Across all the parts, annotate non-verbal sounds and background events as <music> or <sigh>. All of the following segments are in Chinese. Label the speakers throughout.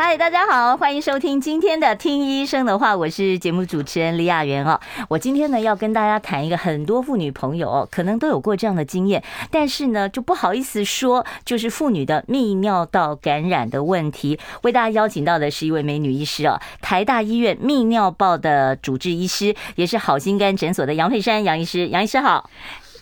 Speaker 1: 嗨，大家好，欢迎收听今天的《听医生的话》，我是节目主持人李雅媛哦。我今天呢要跟大家谈一个很多妇女朋友哦，可能都有过这样的经验，但是呢就不好意思说，就是妇女的泌尿道感染的问题。为大家邀请到的是一位美女医师哦，台大医院泌尿报的主治医师，也是好心肝诊所的杨佩珊杨医师，杨医师好。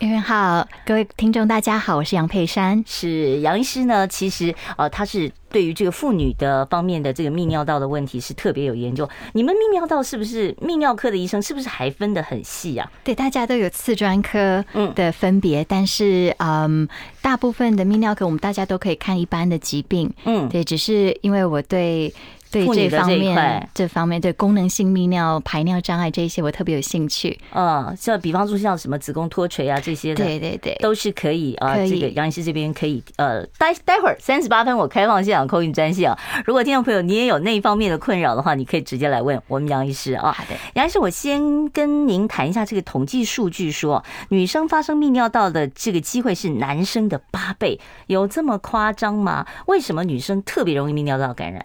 Speaker 2: 圆圆好，各位听众大家好，我是杨佩珊。
Speaker 1: 是杨医师呢，其实呃，他是对于这个妇女的方面的这个泌尿道的问题是特别有研究。你们泌尿道是不是泌尿科的医生是不是还分得很细啊？
Speaker 2: 对，大家都有次专科
Speaker 1: 嗯
Speaker 2: 的分别，但是嗯，大部分的泌尿科我们大家都可以看一般的疾病，
Speaker 1: 嗯，
Speaker 2: 对，只是因为我对对
Speaker 1: 妇女
Speaker 2: 这
Speaker 1: 的这
Speaker 2: 方
Speaker 1: 一
Speaker 2: 面
Speaker 1: 块
Speaker 2: 这方面对功能性泌尿、排尿障碍这一些我特别有兴趣，
Speaker 1: 呃，像比方说像什么子宫脱垂啊这些的，
Speaker 2: 对对对，
Speaker 1: 都是可以啊、呃
Speaker 2: 可以
Speaker 1: 这个杨医师这边可以呃，待待会儿三十八分我开放现场扣印专线啊。如果听众朋友你也有那一方面的困扰的话，你可以直接来问我们杨医师啊。
Speaker 2: 好的，
Speaker 1: 杨医师，我先跟您谈一下这个统计数据说，女生发生泌尿道的这个机会是男生的八倍，有这么夸张吗？为什么女生特别容易泌尿道感染？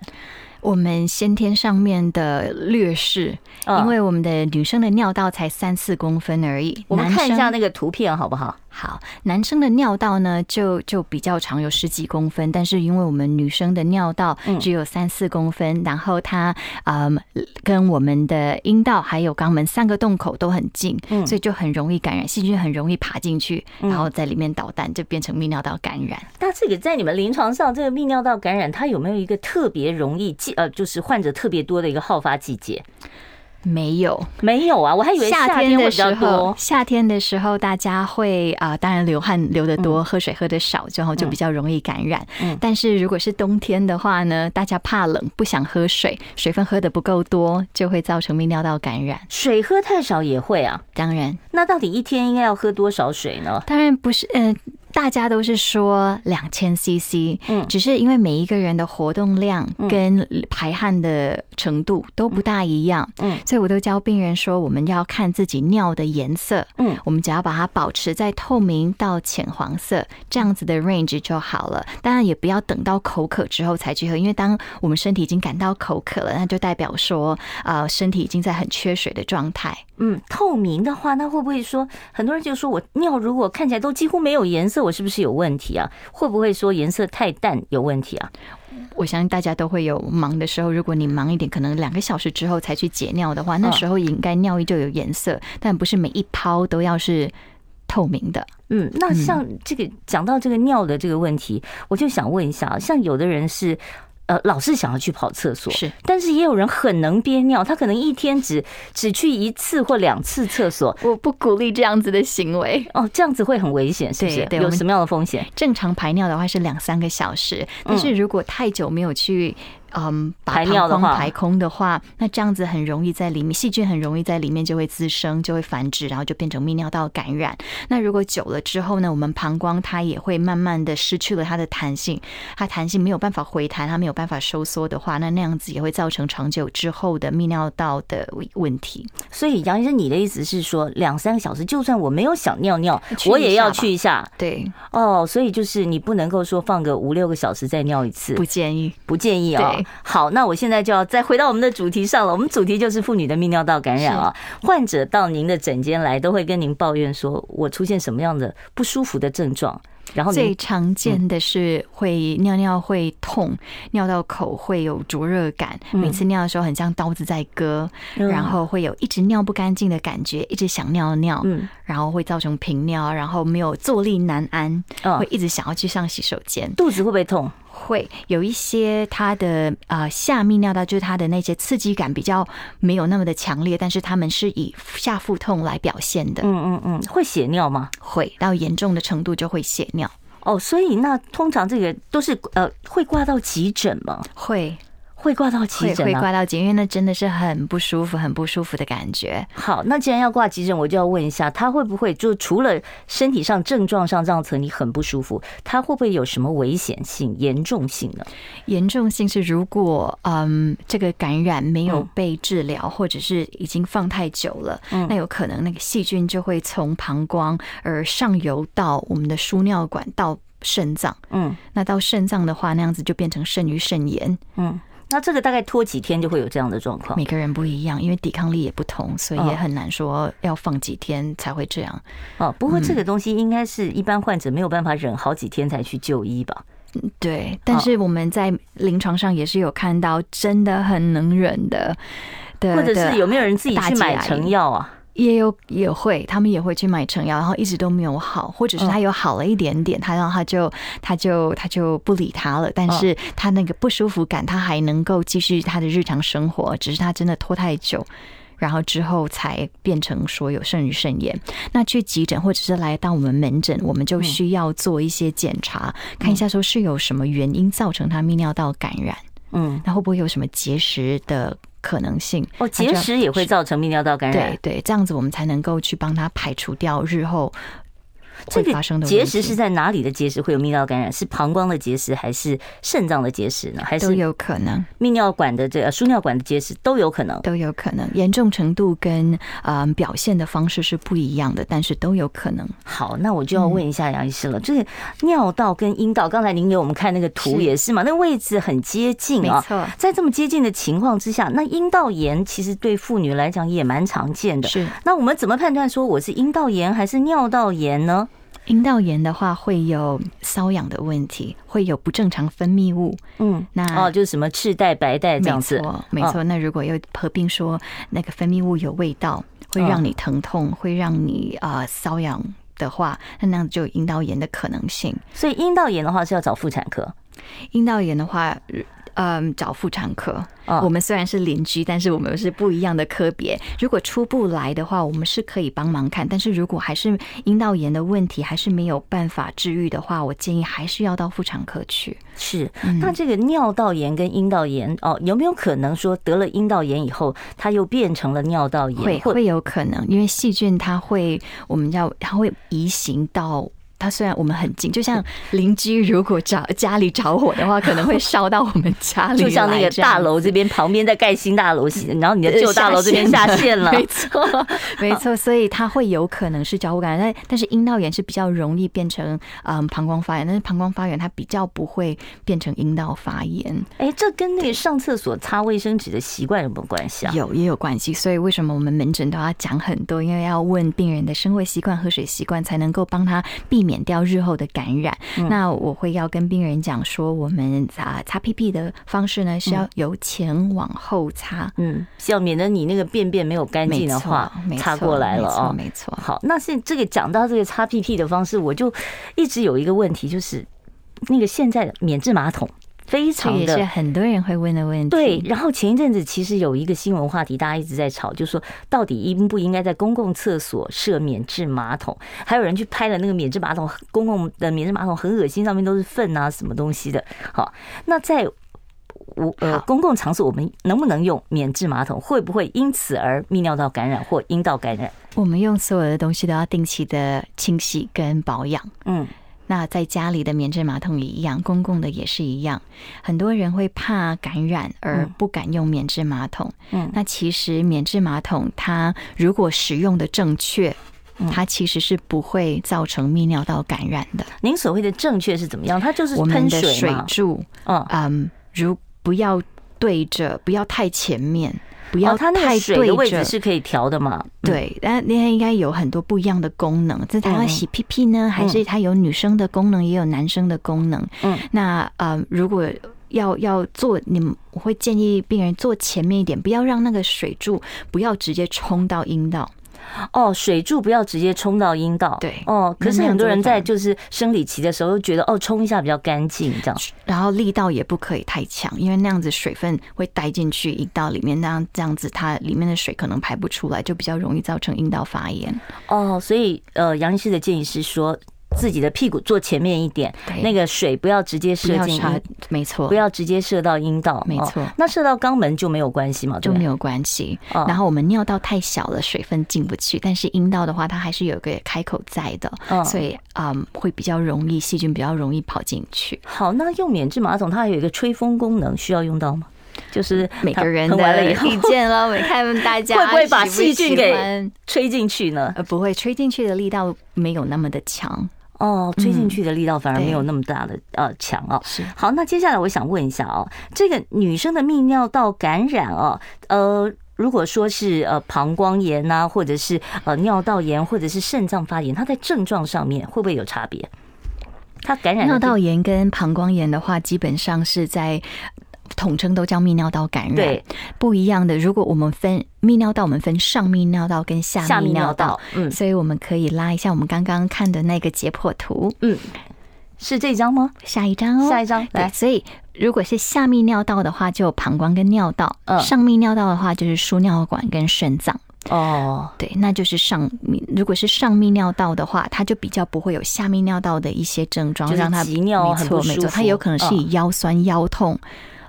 Speaker 2: 我们先天上面的劣势，
Speaker 1: 嗯
Speaker 2: 因为我们的女生的尿道才三四公分而已，
Speaker 1: 我们
Speaker 2: 男
Speaker 1: 看一
Speaker 2: 生
Speaker 1: 下那个图片好不好？
Speaker 2: 好，男生的尿道呢，就就比较长，有十几公分，但是因为我们女生的尿道只有三四公分，然后它嗯跟我们的阴道还有肛门三个洞口都很近，
Speaker 1: 嗯
Speaker 2: 所以就很容易感染，细菌很容易爬进去，然后在里面捣蛋，就变成泌尿道感染。
Speaker 1: 那这个在你们临床上，这个泌尿道感染它有没有一个特别容易季呃，就是患者特别多的一个好发季节？
Speaker 2: 没有，
Speaker 1: 没有啊，我还以为夏
Speaker 2: 天
Speaker 1: 天会
Speaker 2: 的
Speaker 1: 比较
Speaker 2: 时候
Speaker 1: 多，。
Speaker 2: 夏天的时候大家会啊、呃当然流汗流得多，喝水喝得少，之后就比较容易感染。
Speaker 1: 嗯
Speaker 2: 但是如果是冬天的话呢，大家怕冷，不想喝水，水分喝得不够多，就会造成泌尿道感染。
Speaker 1: 水喝太少也会啊。
Speaker 2: 当然，
Speaker 1: 那到底一天应该要喝多少水呢？
Speaker 2: 当然不是，呃，大家都是说两千 CC，
Speaker 1: 嗯
Speaker 2: 只是因为每一个人的活动量
Speaker 1: 嗯
Speaker 2: 跟排汗的程度都不大一样，
Speaker 1: 嗯
Speaker 2: 所以我都教病人说，我们要看自己尿的颜色，
Speaker 1: 嗯，
Speaker 2: 我们只要把它保持在透明到浅黄色这样子的 range 就好了。当然也不要等到口渴之后才去喝，因为当我们身体已经感到口渴了，那就代表说，呃，身体已经在很缺水的状态。
Speaker 1: 嗯，透明的话，那会不会说很多人就说我尿如果看起来都几乎没有颜色，我是不是有问题啊？会不会说颜色太淡有问题啊？
Speaker 2: 我相信大家都会有忙的时候，如果你忙一点，可能两个小时之后才去解尿的话，那时候也应该尿液就有颜色，但不是每一泡都要是透明的。
Speaker 1: 嗯，那像这个讲到这个尿的这个问题，我就想问一下啊，像有的人是呃老是想要去跑厕所，
Speaker 2: 是
Speaker 1: 但是也有人很能憋尿，他可能一天只只去一次或两次厕所，
Speaker 2: 我不鼓励这样子的行为。
Speaker 1: 哦，这样子会很危险，是不是
Speaker 2: 对？对我
Speaker 1: 有
Speaker 2: 们嗯
Speaker 1: 什么样的风险？
Speaker 2: 正常排尿的话是两三个小时，但是如果太久没有去。嗯，把
Speaker 1: 嗯排尿的
Speaker 2: 膀
Speaker 1: 话
Speaker 2: 胱排空的话，那这样子很容易在里面，细菌很容易在里面就会滋生，就会繁殖，然后就变成泌尿道感染。那如果久了之后呢，我们膀胱它也会慢慢的失去了它的弹性，它弹性没有办法回弹，它没有办法收缩的话，那那样子也会造成长久之后的泌尿道的问题。
Speaker 1: 所以杨医生，你的意思是说，两三个小时，就算我没有想尿尿
Speaker 2: 去，一
Speaker 1: 我也要
Speaker 2: 下吧
Speaker 1: 去一下
Speaker 2: 对，
Speaker 1: 哦。所以就是你不能够说放个五六个小时再尿一次，
Speaker 2: 不建议。
Speaker 1: 不建议啊、
Speaker 2: 对
Speaker 1: 好，那我现在就要再回到我们的主题上了。我们主题就是妇女的泌尿道感染啊，患者到您的诊间来，都会跟您抱怨说，我出现什么样的不舒服的症状，然后
Speaker 2: 最
Speaker 1: 您
Speaker 2: 常
Speaker 1: 嗯
Speaker 2: 见的是会尿尿会痛，尿到口会有灼热感，每次尿的时候很像刀子在割，
Speaker 1: 嗯
Speaker 2: 然后会有一直尿不干净的感觉，一直想尿尿，
Speaker 1: 嗯
Speaker 2: 然后会造成频尿，然后没有坐立难安，
Speaker 1: 啊、
Speaker 2: 会一直想要去上洗手间。
Speaker 1: 肚子会不会痛？
Speaker 2: 会有一些它的呃下泌尿道，就是它的那些刺激感比较没有那么的强烈，但是它们是以下腹痛来表现的，
Speaker 1: 嗯嗯嗯，会血尿吗？
Speaker 2: 会到严重的程度就会血尿，
Speaker 1: 哦，所以那通常这个都是呃会挂到急诊吗？
Speaker 2: 会
Speaker 1: 会挂到急
Speaker 2: 会
Speaker 1: 诊
Speaker 2: 会
Speaker 1: 啊。
Speaker 2: 挂到紧，因为那真的是很不舒服、很不舒服的感觉。
Speaker 1: 好，那既然要挂急诊，我就要问一下，他会不会就除了身体上症状上让你很不舒服，他会不会有什么危险性、严重性呢？
Speaker 2: 严重性是，如果嗯这个感染没有
Speaker 1: 嗯
Speaker 2: 被治疗，或者是已经放太久了，
Speaker 1: 嗯
Speaker 2: 那有可能那个细菌就会从膀胱而上游到我们的输尿管到肾脏。
Speaker 1: 嗯
Speaker 2: 那到肾脏的话，那样子就变成肾盂肾炎。
Speaker 1: 嗯，那这个大概拖几天就会有这样的状况
Speaker 2: 每。个人不一样，因为抵抗力也不同，所以也
Speaker 1: 哦
Speaker 2: 很难说要放几天才会这样。
Speaker 1: 哦，不过这
Speaker 2: 嗯
Speaker 1: 个东西应该是一般患者没有办法忍好几天才去就医吧？
Speaker 2: 对，但是我们在临床上也是有看到真的很能忍的，的
Speaker 1: 或者
Speaker 2: 的
Speaker 1: 是有没有人自己
Speaker 2: 大
Speaker 1: 去
Speaker 2: 姐
Speaker 1: 买
Speaker 2: 阿姨
Speaker 1: 成药啊？
Speaker 2: 也有也会，他们也会去买成药，然后一直都没有好，或者是
Speaker 1: 嗯
Speaker 2: 他有好了一点点，他然后他就他就他就不理他了，但
Speaker 1: 嗯
Speaker 2: 是他那个不舒服感，他还能够继续他的日常生活，只是他真的拖太久。然后之后才变成说有肾盂肾炎，那去急诊或者是来到我们门诊，我们
Speaker 1: 嗯
Speaker 2: 就需要做一些检查，看一下说是有什么原因造成他泌尿道感染，
Speaker 1: 嗯，
Speaker 2: 那会不会有什么结石的可能性？
Speaker 1: 哦，
Speaker 2: 那就
Speaker 1: 结
Speaker 2: 要
Speaker 1: 石也会造成泌尿道感染
Speaker 2: 对。对，这样子我们才能够去帮他排除掉日后
Speaker 1: 这
Speaker 2: 会
Speaker 1: 个
Speaker 2: 发生的问题。
Speaker 1: 结石是在哪里的结石会有泌尿感染？是膀胱的结石，还是肾脏的结石呢？还是
Speaker 2: 都有可能，
Speaker 1: 泌尿管的这个输尿管的结石都有可能？
Speaker 2: 都有可能，严重程度跟呃表现的方式是不一样的，但是都有可能。
Speaker 1: 好，那我就要问一
Speaker 2: 嗯
Speaker 1: 下杨医师了。这个尿道跟阴道，刚才您给我们看那个图
Speaker 2: 是
Speaker 1: 也是嘛，那位置很接近
Speaker 2: 没
Speaker 1: 啊。
Speaker 2: 错，
Speaker 1: 在这么接近的情况之下，那阴道炎其实对妇女来讲也蛮常见的。
Speaker 2: 是
Speaker 1: 那我们怎么判断说我是阴道炎还是尿道炎呢？
Speaker 2: 阴道炎的话会有瘙痒的问题，会有不正常分泌物。
Speaker 1: 嗯，
Speaker 2: 那
Speaker 1: 哦，就是什么赤带、白带这样
Speaker 2: 哎没
Speaker 1: 子。嗯
Speaker 2: 错，没错。那如果又合并说那个分泌物有味道，会让你疼痛，会让你呃瘙痒的话，那那样就有阴道炎的可能性。
Speaker 1: 所以阴道炎的话是要找妇产科。
Speaker 2: 阴道炎的话，嗯，找妇产科。
Speaker 1: 哦
Speaker 2: 我们虽然是邻居，但是我们是不一样的科别。如果初步来的话，我们是可以帮忙看；但是如果还是阴道炎的问题还是没有办法治愈的话，我建议还是要到妇产科去。
Speaker 1: 是，
Speaker 2: 嗯
Speaker 1: 那这个尿道炎跟阴道炎哦，有没有可能说得了阴道炎以后，它又变成了尿道炎？
Speaker 2: 会
Speaker 1: 或
Speaker 2: 会有可能，因为细菌它会，我们叫它会移行到。它虽然我们很近，就像邻居如果着家里着火的话，
Speaker 1: <laughs>
Speaker 2: 可能会烧到我们家里来这样子，
Speaker 1: 就像那个大楼这边旁边在盖新大
Speaker 2: <laughs>
Speaker 1: 楼，然后你的旧大楼这边下线了。
Speaker 2: 没错，没错，所以它会有可能是交互感染，但但是阴道炎是比较容易变成嗯膀胱发炎，但是膀胱发炎它比较不会变成阴道发炎，
Speaker 1: 哎，这跟那个上厕所擦卫生纸的习惯有没有关系啊？
Speaker 2: 有也有关系，所以为什么我们门诊都要讲很多，因为要问病人的生活习惯、喝水习惯，才能够帮他避免掉日后的感染。
Speaker 1: 嗯
Speaker 2: 那我会要跟病人讲说，我们啊擦屁屁的方式呢是要由前往后擦，
Speaker 1: 嗯，要免得你那个便便没有干净
Speaker 2: 没
Speaker 1: 的
Speaker 2: 错
Speaker 1: 话，，
Speaker 2: 没错
Speaker 1: 擦过来了
Speaker 2: 没错，
Speaker 1: 哦。
Speaker 2: 没错。
Speaker 1: 好，那是这个讲到这个擦屁屁的方式，我就一直有一个问题，就是那个现在的免治马桶非
Speaker 2: 这
Speaker 1: 常
Speaker 2: 也
Speaker 1: 的
Speaker 2: 是很多人会问的问题。
Speaker 1: 对，然后前一阵子其实有一个新闻话题，大家一直在吵，就说到底应不应该在公共厕所设免治马桶？还有人去拍了那个免治马桶，公共的免治马桶很恶心，上面都是粪啊什么东西的。好，那在我呃
Speaker 2: 好
Speaker 1: 公共场所，我们能不能用免治马桶？会不会因此而泌尿道感染或阴道感染？
Speaker 2: 我们用所有的东西都要定期的清洗跟保养。
Speaker 1: 嗯，
Speaker 2: 那在家里的免治马桶也一样，公共的也是一样。很多人会怕感染而不敢用免治马桶。
Speaker 1: 嗯
Speaker 2: 那其实免治马桶它如果使用的正确，
Speaker 1: 嗯
Speaker 2: 它其实是不会造成泌尿道感染的。
Speaker 1: 您所谓的正确是怎么样？它就是
Speaker 2: 我们
Speaker 1: 喷
Speaker 2: 的
Speaker 1: 水
Speaker 2: 水
Speaker 1: 嘛，
Speaker 2: 柱，
Speaker 1: 嗯。
Speaker 2: 嗯，如不要对着，不要太前面，不
Speaker 1: 然
Speaker 2: 要
Speaker 1: 后哦它
Speaker 2: 太
Speaker 1: 那个
Speaker 2: 对着。
Speaker 1: 水的位置是可以调的嘛？嗯，
Speaker 2: 对，但那应该有很多不一样的功能。这它要洗屁屁呢，还是它有女生的功能，也有男生的功能？
Speaker 1: 嗯，
Speaker 2: 那呃，如果要要做，你们我会建议病人坐前面一点，不要让那个水柱不要直接冲到阴道。
Speaker 1: 哦，水柱不要直接冲到阴道。
Speaker 2: 对
Speaker 1: 哦，可是
Speaker 2: 那那样
Speaker 1: 很多人
Speaker 2: 子会反
Speaker 1: 在就是生理期的时候又觉得，哦，冲一下比较干净，这样。
Speaker 2: 然后力道也不可以太强，因为那样子水分会带进去阴道里面，那样这样子它里面的水可能排不出来，就比较容易造成阴道发炎。
Speaker 1: 哦，所以呃，杨医师的建议是说，自己的屁股坐前面一点，
Speaker 2: 对
Speaker 1: 那个水不要直接
Speaker 2: 不
Speaker 1: 射
Speaker 2: 要
Speaker 1: 进阴
Speaker 2: 插，没错，
Speaker 1: 不要直接射到阴道，
Speaker 2: 没错
Speaker 1: 哦那射到肛门就没有关系嘛，对
Speaker 2: 就
Speaker 1: 不对？
Speaker 2: 没有关系。
Speaker 1: 哦
Speaker 2: 然后我们尿道太小了，水分进不去，但是阴道的话，它还是有一个开口在的，
Speaker 1: 嗯
Speaker 2: 所以嗯，会比较容易细菌比较容易跑进
Speaker 1: <laughs>
Speaker 2: 去。
Speaker 1: 好，那用免治马桶，它还有一个吹风功能，需要用到吗？就是
Speaker 2: 每
Speaker 1: 它
Speaker 2: 个人
Speaker 1: 喷完了
Speaker 2: 的
Speaker 1: 以
Speaker 2: <laughs>
Speaker 1: 后
Speaker 2: 意见了，我们看大家
Speaker 1: 会不会把
Speaker 2: 喜
Speaker 1: 细菌
Speaker 2: 喜
Speaker 1: 给
Speaker 2: 欢
Speaker 1: 吹进去呢？
Speaker 2: 呃不会吹进去的力道没有那么的强，
Speaker 1: 哦，吹进去的力道反而
Speaker 2: 嗯对
Speaker 1: 没有那么大的呃强哦。
Speaker 2: 是
Speaker 1: 好，那接下来我想问一下哦，这个女生的泌尿道感染哦，呃，如果说是呃膀胱炎呐、或者是呃尿道炎，或者是肾脏发炎，它在症状上面会不会有差别？它感染的
Speaker 2: 尿道
Speaker 1: 地
Speaker 2: 炎跟膀胱炎的话，基本上是在统称都叫泌尿道感染。
Speaker 1: 对，
Speaker 2: 不一样的。如果我们分泌尿道，我们分上泌尿道跟下
Speaker 1: 下泌
Speaker 2: 泌
Speaker 1: 尿
Speaker 2: 尿
Speaker 1: 道
Speaker 2: 道，，
Speaker 1: 嗯
Speaker 2: 所以我们可以拉一下我们刚刚看的那个解剖图，
Speaker 1: 嗯，是这张吗？
Speaker 2: 下一张哦。
Speaker 1: 下一张
Speaker 2: 对，
Speaker 1: 来，
Speaker 2: 所以如果是下泌尿道的话，就有膀胱跟尿道；
Speaker 1: 嗯
Speaker 2: 上泌尿道的话，就是输尿管跟肾脏。
Speaker 1: 哦，
Speaker 2: 对，那就是上泌。如果是上泌尿道的话，它就比较不会有下泌尿道的一些症状，
Speaker 1: 就是
Speaker 2: 让它
Speaker 1: 急尿
Speaker 2: 没
Speaker 1: 很不
Speaker 2: 错
Speaker 1: 舒
Speaker 2: 没错，它
Speaker 1: 服
Speaker 2: 有可能是
Speaker 1: 嗯
Speaker 2: 以腰酸腰痛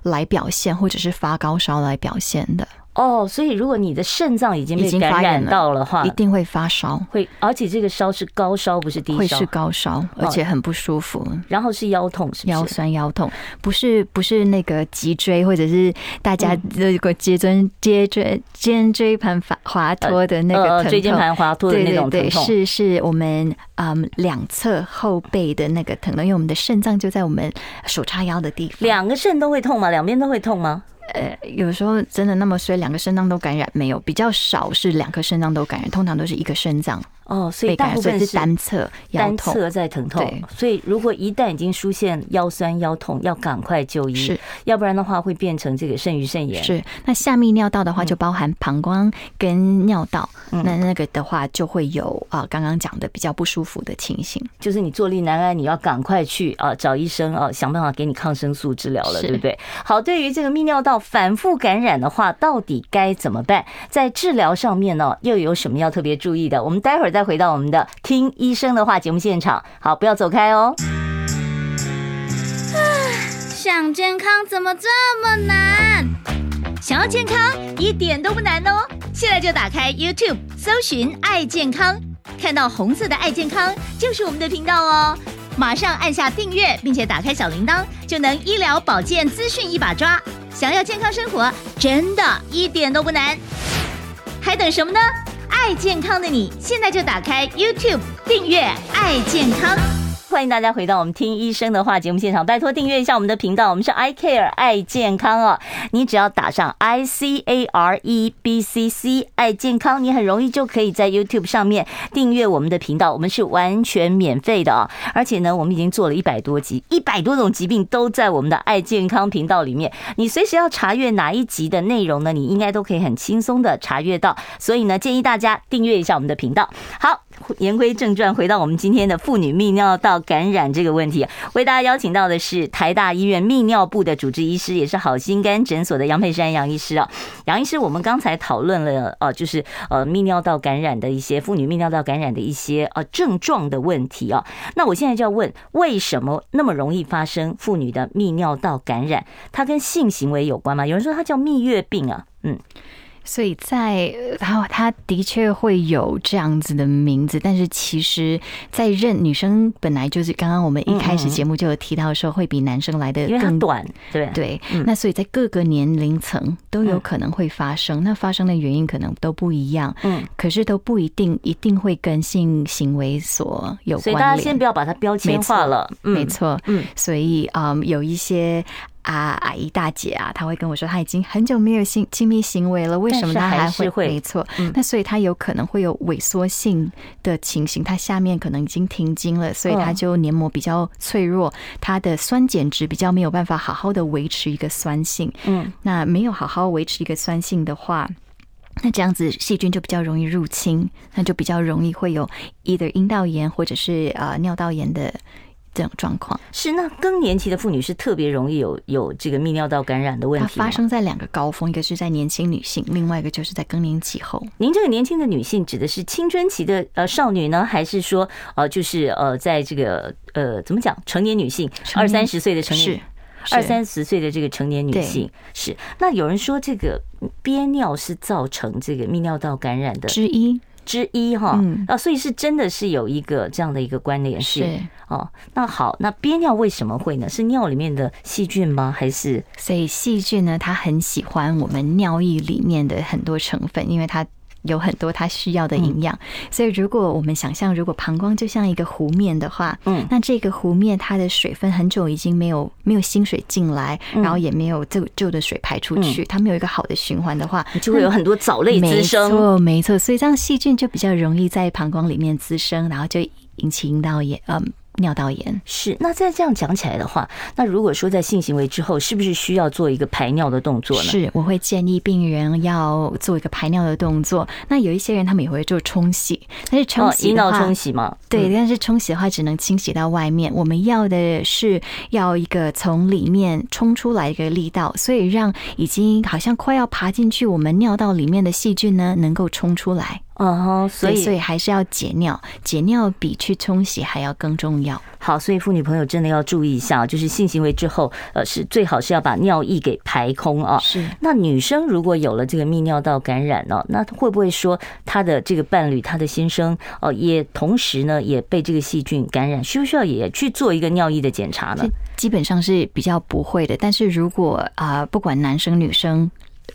Speaker 2: 来表现，或者是发高烧来表现的，
Speaker 1: 哦，所以如果你的肾脏已经被
Speaker 2: 已经
Speaker 1: 感
Speaker 2: 发炎
Speaker 1: 染
Speaker 2: 了
Speaker 1: 到的话
Speaker 2: 一，定会发烧，
Speaker 1: 会，而且这个烧是高烧，不是低
Speaker 2: 会
Speaker 1: 烧
Speaker 2: 是，高烧，而且很不舒服。
Speaker 1: 然后是腰痛，是
Speaker 2: 腰
Speaker 1: 不是？
Speaker 2: 酸腰痛，不是不是那个脊椎，或者是大家
Speaker 1: 嗯
Speaker 2: 如果接椎接椎肩椎盘滑滑脱的那个
Speaker 1: 呃，
Speaker 2: 疼
Speaker 1: 椎间
Speaker 2: 痛
Speaker 1: 盘滑脱的
Speaker 2: 对
Speaker 1: 那
Speaker 2: 对
Speaker 1: 种疼
Speaker 2: 对，
Speaker 1: 痛，
Speaker 2: 是是我们嗯两侧后背的那个疼痛，因为我们的肾脏就在我们手叉腰的地方。
Speaker 1: 两个肾都会痛吗？两边都会痛吗？
Speaker 2: 呃，有时候真的那么衰，两个肾脏都感染没有，比较少是两个肾脏都感染，通常都是一个肾脏
Speaker 1: 哦，所以
Speaker 2: 被感
Speaker 1: 大
Speaker 2: 染，
Speaker 1: 部
Speaker 2: 所
Speaker 1: 分
Speaker 2: 以是单侧腰
Speaker 1: 单
Speaker 2: 痛。
Speaker 1: 侧在疼痛
Speaker 2: 对。
Speaker 1: 所以如果一旦已经出现腰酸腰痛，要赶快就医
Speaker 2: 是，
Speaker 1: 要不然的话会变成这个肾盂肾炎。
Speaker 2: 是，那下泌尿道的话就包含膀胱跟尿道，
Speaker 1: 嗯
Speaker 2: 那那个的话就会有啊、呃刚刚讲的比较不舒服的情形。
Speaker 1: 就是你坐立难安，你要赶快去啊找医生啊，想办法给你抗生素治疗了，
Speaker 2: 是
Speaker 1: 对不对？好，对于这个泌尿道反复感染的话，到底该怎么办？在治疗上面呢，又有什么要特别注意的？我们待会儿再回到我们的听医生的话节目现场。好，不要走开哦。
Speaker 3: 想健康怎么这么难？
Speaker 4: 想要健康一点都不难哦，现在就打开 YouTube 搜寻“爱健康”，看到红色的“爱健康”就是我们的频道哦。马上按下订阅，并且打开小铃铛，就能医疗保健资讯一把抓。想要健康生活，真的一点都不难，还等什么呢？爱健康的你，现在就打开 YouTube 订阅“爱健康”。
Speaker 1: 欢迎大家回到我们听医生的话节目现场，拜托订阅一下我们的频道，我们是 I Care 爱健康哦。你只要打上 I C A R E B C C 爱健康，你很容易就可以在 YouTube 上面订阅我们的频道，我们是完全免费的哦。而且呢，我们已经做了一百多集，一百多种疾病都在我们的爱健康频道里面。你随时要查阅哪一集的内容呢？你应该都可以很轻松的查阅到。所以呢，建议大家订阅一下我们的频道。好，言归正传，回到我们今天的妇女泌尿道感染这个问题，啊为大家邀请到的是台大医院泌尿部的主治医师，也是好心肝诊所的杨佩珊杨医师啊。杨医师，我们刚才讨论了呃，就是呃泌尿道感染的一些妇女泌尿道感染的一些呃症状的问题啊。那我现在就要问，为什么那么容易发生妇女的泌尿道感染？它跟性行为有关吗？有人说它叫蜜月病啊，嗯，
Speaker 2: 所以在然后它的确会有这样子的名字，但是其实，在认女生本来就是刚刚我们一开
Speaker 1: 嗯嗯
Speaker 2: 始节目就有提到说，会比男生来的
Speaker 1: 因为它
Speaker 2: 更
Speaker 1: 短，对不对？
Speaker 2: 对，
Speaker 1: 嗯
Speaker 2: 那所以在各个年龄层都有
Speaker 1: 嗯
Speaker 2: 可能会发生，那发生的原因可能都不一样，
Speaker 1: 嗯，
Speaker 2: 可是都不一定一定会跟性行为所有
Speaker 1: 所以
Speaker 2: 关联。
Speaker 1: 大家先不要把它标签化了，嗯
Speaker 2: 没。错，
Speaker 1: 嗯，
Speaker 2: 所以嗯，有一些啊阿姨大姐啊，她会跟我说，她已经很久没有性亲密行为了，为什么
Speaker 1: 但
Speaker 2: 她
Speaker 1: 是还
Speaker 2: 会？
Speaker 1: 是会
Speaker 2: 没错，
Speaker 1: 嗯
Speaker 2: 那所以她有可能会有萎缩性的情形，她下面可能已经停经了，所以她
Speaker 1: 嗯
Speaker 2: 就黏膜比较脆弱，她的酸碱值比较没有办法好好的维持一个酸性。
Speaker 1: 嗯，
Speaker 2: 那没有好好维持一个酸性的话。那这样子细菌就比较容易入侵，那就比较容易会有 either 阴道炎或者是呃尿道炎的这种状况。
Speaker 1: 是那更年期的妇女是特别容易有有这个泌尿道感染的问
Speaker 2: 它
Speaker 1: 题啊吗
Speaker 2: 发生在两个高峰，一个是在年轻女性，另外一个就是在更年期后。
Speaker 1: 您这个年轻的女性指的是青春期的呃少女呢，还是说呃就是呃在这个呃怎么讲成年女性
Speaker 2: 成
Speaker 1: 二
Speaker 2: 年
Speaker 1: 三十岁的成年
Speaker 2: 是
Speaker 1: 二
Speaker 2: 是
Speaker 1: 三十岁的这个成年女性是？那有人说这个憋尿是造成这个泌尿道感染的
Speaker 2: 之一
Speaker 1: 之一哈
Speaker 2: 嗯
Speaker 1: 啊，所以是真的是有一个这样的一个关联性
Speaker 2: 是
Speaker 1: 哦。那好，那憋尿为什么会呢？是尿里面的细菌吗？还是
Speaker 2: 所以细菌呢，它很喜欢我们尿液里面的很多成分，因为它。有很多它需要的营养，
Speaker 1: 嗯
Speaker 2: 所以如果我们想象，如果膀胱就像一个湖面的话，
Speaker 1: 嗯
Speaker 2: 那这个湖面它的水分很久已经没有没有新水进来，
Speaker 1: 嗯
Speaker 2: 然后也没有旧旧的水排出去，它没有一个好的循环的话，
Speaker 1: 就会有很多藻类滋生？
Speaker 2: 嗯没错，没错，所以这样细菌就比较容易在膀胱里面滋生，然后就引起阴道炎，嗯、尿道炎。
Speaker 1: 是，那再这样讲起来的话，那如果说在性行为之后，是不是需要做一个排尿的动作呢？，
Speaker 2: 是，我会建议病人要做一个排尿的动作。那有一些人他们也会做冲洗，但是冲
Speaker 1: 哦，
Speaker 2: 洗
Speaker 1: 阴
Speaker 2: 的
Speaker 1: 道
Speaker 2: 话，
Speaker 1: 冲洗嘛，
Speaker 2: 对，
Speaker 1: 嗯
Speaker 2: 但是冲洗的话只能清洗到外面。我们要的是要一个从里面冲出来一个力道，所以让已经好像快要爬进去我们尿道里面的细菌呢能够冲出来。
Speaker 1: 嗯哼，所
Speaker 2: 对
Speaker 1: 以
Speaker 2: 所以还是要解尿，解尿比去冲洗还要更重要。
Speaker 1: 好，所以妇女朋友真的要注意一下，就是性行为之后，呃，是最好是要把尿液给排空啊。
Speaker 2: 是。
Speaker 1: 那女生如果有了这个泌尿道感染呢、那会不会说她的这个伴侣、她的先生哦、也同时呢也被这个细菌感染？需不需要也去做一个尿液的检查呢
Speaker 2: 这？基本上是比较不会的。但是如果啊、呃不管男生女生。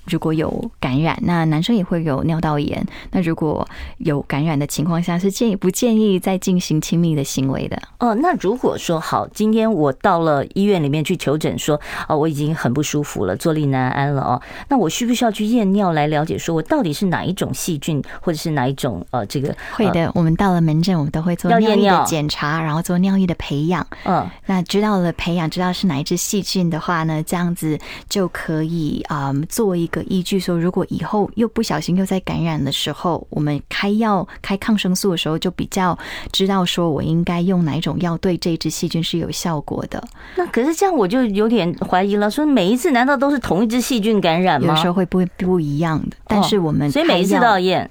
Speaker 2: 如果有感染，那男生也会有尿道炎。那如果有感染的情况下，是建议不建议再进行亲密的行为的？
Speaker 1: 哦，那如果说好，今天我到了医院里面去求诊说，哦，我已经很不舒服了，坐立难安了哦，那我需不需要去验尿来了解，说我到底是哪一种细菌，或者是哪一种呃这个
Speaker 2: 会，的，我们到了门诊，我们都会做
Speaker 1: 要
Speaker 2: 尿
Speaker 1: 验
Speaker 2: 液
Speaker 1: 尿
Speaker 2: 的检查，然后做尿液的培养。
Speaker 1: 呃嗯，
Speaker 2: 那知道了培养，知道是哪一只细菌的话呢，这样子就可以啊、嗯做一个依据说如果以后又不小心又在感染的时候，我们开药开抗生素的时候，就比较知道说我应该用哪一种药对这一只细菌是有效果的。
Speaker 1: 那可是这样我就有点怀疑了，说每一次难道都是同一只细菌感染
Speaker 2: 有
Speaker 1: 吗？
Speaker 2: 的时候会不会不一样的，但是我们
Speaker 1: 所以每一次
Speaker 2: 开
Speaker 1: 都
Speaker 2: 药
Speaker 1: 要验。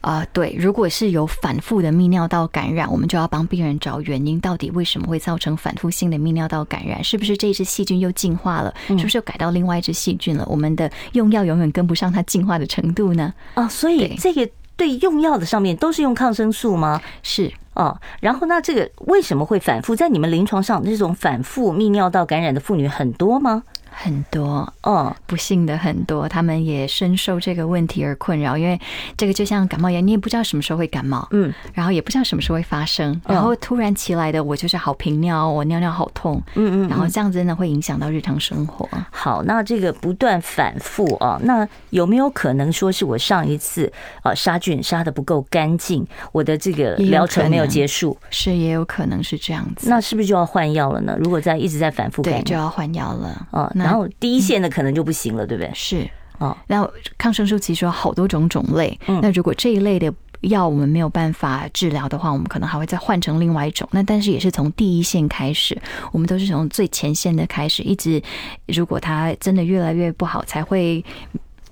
Speaker 2: 啊、对，如果是有反复的泌尿道感染，我们就要帮病人找原因，到底为什么会造成反复性的泌尿道感染？是不是这一只细菌又进化了？
Speaker 1: 嗯
Speaker 2: 是不是又改到另外一只细菌了？我们的用药永远跟不上它进化的程度呢？
Speaker 1: 哦，所以
Speaker 2: 对
Speaker 1: 这个对用药的上面都是用抗生素吗？
Speaker 2: 是
Speaker 1: 哦，然后那这个为什么会反复？在你们临床上，这种反复泌尿道感染的妇女很多吗？
Speaker 2: 很多。
Speaker 1: 哦，
Speaker 2: 不幸的很多，他们也深受这个问题而困扰，因为这个就像感冒一样，你也不知道什么时候会感冒，
Speaker 1: 嗯，
Speaker 2: 然后也不知道什么时候会发生，然后突然起来的，我就是好频尿，哦我尿尿好痛，
Speaker 1: 嗯
Speaker 2: 然后这样子呢会影响到日常生活。
Speaker 1: 好，那这个不断反复啊，那有没有可能说是我上一次呃杀菌杀的不够干净，我的这个
Speaker 2: 也有
Speaker 1: 疗程没有
Speaker 2: 可能
Speaker 1: 结束，
Speaker 2: 是也有可能是这样子。
Speaker 1: 那是不是就要换药了呢？如果在一直在反复
Speaker 2: 对
Speaker 1: 感
Speaker 2: 就
Speaker 1: 染，
Speaker 2: 要换药了。
Speaker 1: 啊，
Speaker 2: 那
Speaker 1: 然后第一线的可能就不行了，对不对？
Speaker 2: 是
Speaker 1: 哦，嗯
Speaker 2: 那抗生素其实有好多种种类。那如果这一类的药我们没有办法治疗的话，我们可能还会再换成另外一种。那但是也是从第一线开始，我们都是从最前线的开始，一直如果它真的越来越不好，才会。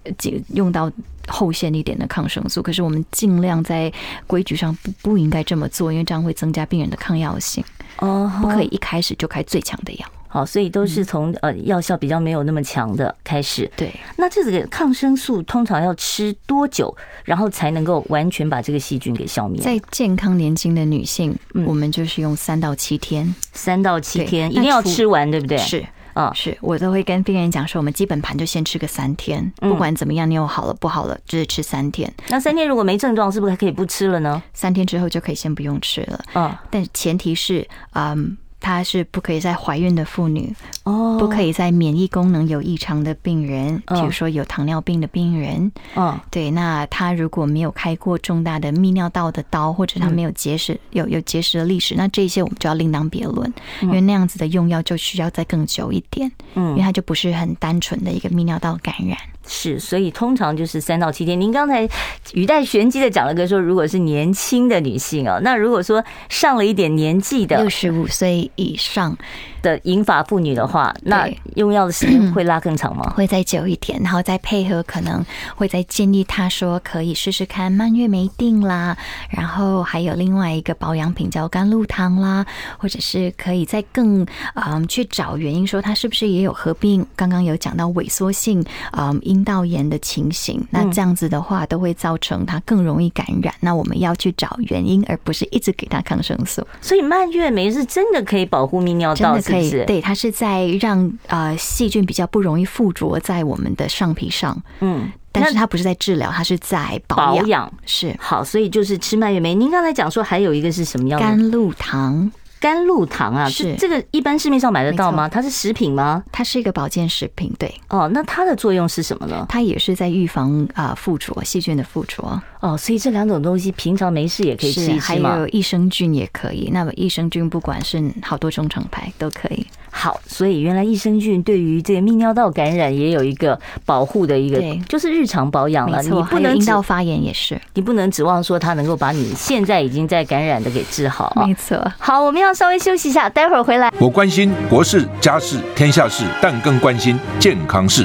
Speaker 2: 呃尽用到后线一点的抗生素，可是我们尽量在规矩上不不应该这么做，因为这样会增加病人的抗药性，
Speaker 1: 哦，
Speaker 2: 不可以一开始就开最强的药。
Speaker 1: 好，所以
Speaker 2: 嗯
Speaker 1: 都是从呃药效比较没有那么强的开始。
Speaker 2: 对，
Speaker 1: 那这个抗生素通常要吃多久，然后才能够完全把这个细菌给消灭？
Speaker 2: 在健康年轻的女性，
Speaker 1: 嗯
Speaker 2: 我们就是用三到七天。
Speaker 1: 三到七
Speaker 2: 对
Speaker 1: 天，一
Speaker 2: 那
Speaker 1: 定要
Speaker 2: 除
Speaker 1: 吃完，对不对？
Speaker 2: 是
Speaker 1: 啊，
Speaker 2: 是，我都会跟病人讲说，我们基本盘就先吃个三天，
Speaker 1: 嗯
Speaker 2: 不管怎么样，你有好了不好了，只是吃三天，
Speaker 1: 那三天如果没症状，是不是还可以不吃了呢？
Speaker 2: 三天之后就可以先不用吃了。
Speaker 1: 啊，
Speaker 2: 但前提是，嗯。她是不可以在怀孕的妇女，
Speaker 1: 哦
Speaker 2: 不可以在免疫功能有异常的病人，比
Speaker 1: 哦
Speaker 2: 如说有糖尿病的病人，
Speaker 1: 嗯，
Speaker 2: 对，那他如果没有开过重大的泌尿道的刀，或者他没有结石、有有结石的历史，那这些我们就要另当别论，因为那样子的用药就需要再更久一点，因为
Speaker 1: 嗯，
Speaker 2: 它就不是很单纯的一个泌尿道感染。
Speaker 1: 是，所以通常就是三到七天。您刚才语带玄机的讲了个说，如果是年轻的女性哦，那如果说上了一点年纪的
Speaker 2: 六十五岁以上
Speaker 1: 的银发妇女的话，那用药的时间会拉更长吗？
Speaker 2: 会再久一点，然后再配合，可能会再建议他说可以试试看蔓越莓定啦，然后还有另外一个保养品叫甘露汤啦，或者是可以再更嗯去找原因，说他是不是也有合并刚刚有讲到萎缩性嗯阴道炎的情
Speaker 1: 嗯
Speaker 2: 形，那这样子的话都会造成他更容易感染，那我们要去找原因，而不是一直给他抗生素。
Speaker 1: 所以蔓越莓是真的可以保护泌尿
Speaker 2: 真
Speaker 1: 道，
Speaker 2: 的
Speaker 1: 是
Speaker 2: 可
Speaker 1: 不
Speaker 2: 以，
Speaker 1: 是？
Speaker 2: 对，它是在让呃细菌比较不容易附着在我们的上皮上，
Speaker 1: 嗯，
Speaker 2: 但是
Speaker 1: 那
Speaker 2: 它不是在治疗，它是在保
Speaker 1: 保
Speaker 2: 养。
Speaker 1: 养
Speaker 2: 是
Speaker 1: 好，所以就是吃蔓越莓。您刚才讲说还有一个是什么样的
Speaker 2: 甘露糖，
Speaker 1: 甘露糖啊？
Speaker 2: 是
Speaker 1: 这这个一般市面上买得到吗？它是食品吗？
Speaker 2: 它是一个保健食品，对，
Speaker 1: 哦，那它的作用是什么呢？
Speaker 2: 它也是在预防啊、呃附着细菌的附着，
Speaker 1: 哦，所以这两种东西平常没事也可以吃
Speaker 2: 是
Speaker 1: 一
Speaker 2: 还
Speaker 1: 吃嘛。
Speaker 2: 有益生菌也可以。那么益生菌不管是好多种厂牌都可以，
Speaker 1: 好，所以原来益生菌对于这个泌尿道感染也有一个保护的一个
Speaker 2: 对，
Speaker 1: 就是日常保养了。
Speaker 2: 没
Speaker 1: 你不
Speaker 2: 错，还有
Speaker 1: 能
Speaker 2: 阴
Speaker 1: 指
Speaker 2: 道发炎也是，
Speaker 1: 你不能指望说它能够把你现在已经在感染的给治好啊
Speaker 2: 没。错。
Speaker 1: 好，我们要稍微休息一下，待会儿回来。
Speaker 5: 我关心国事、家事、天下事，但更关心健康事。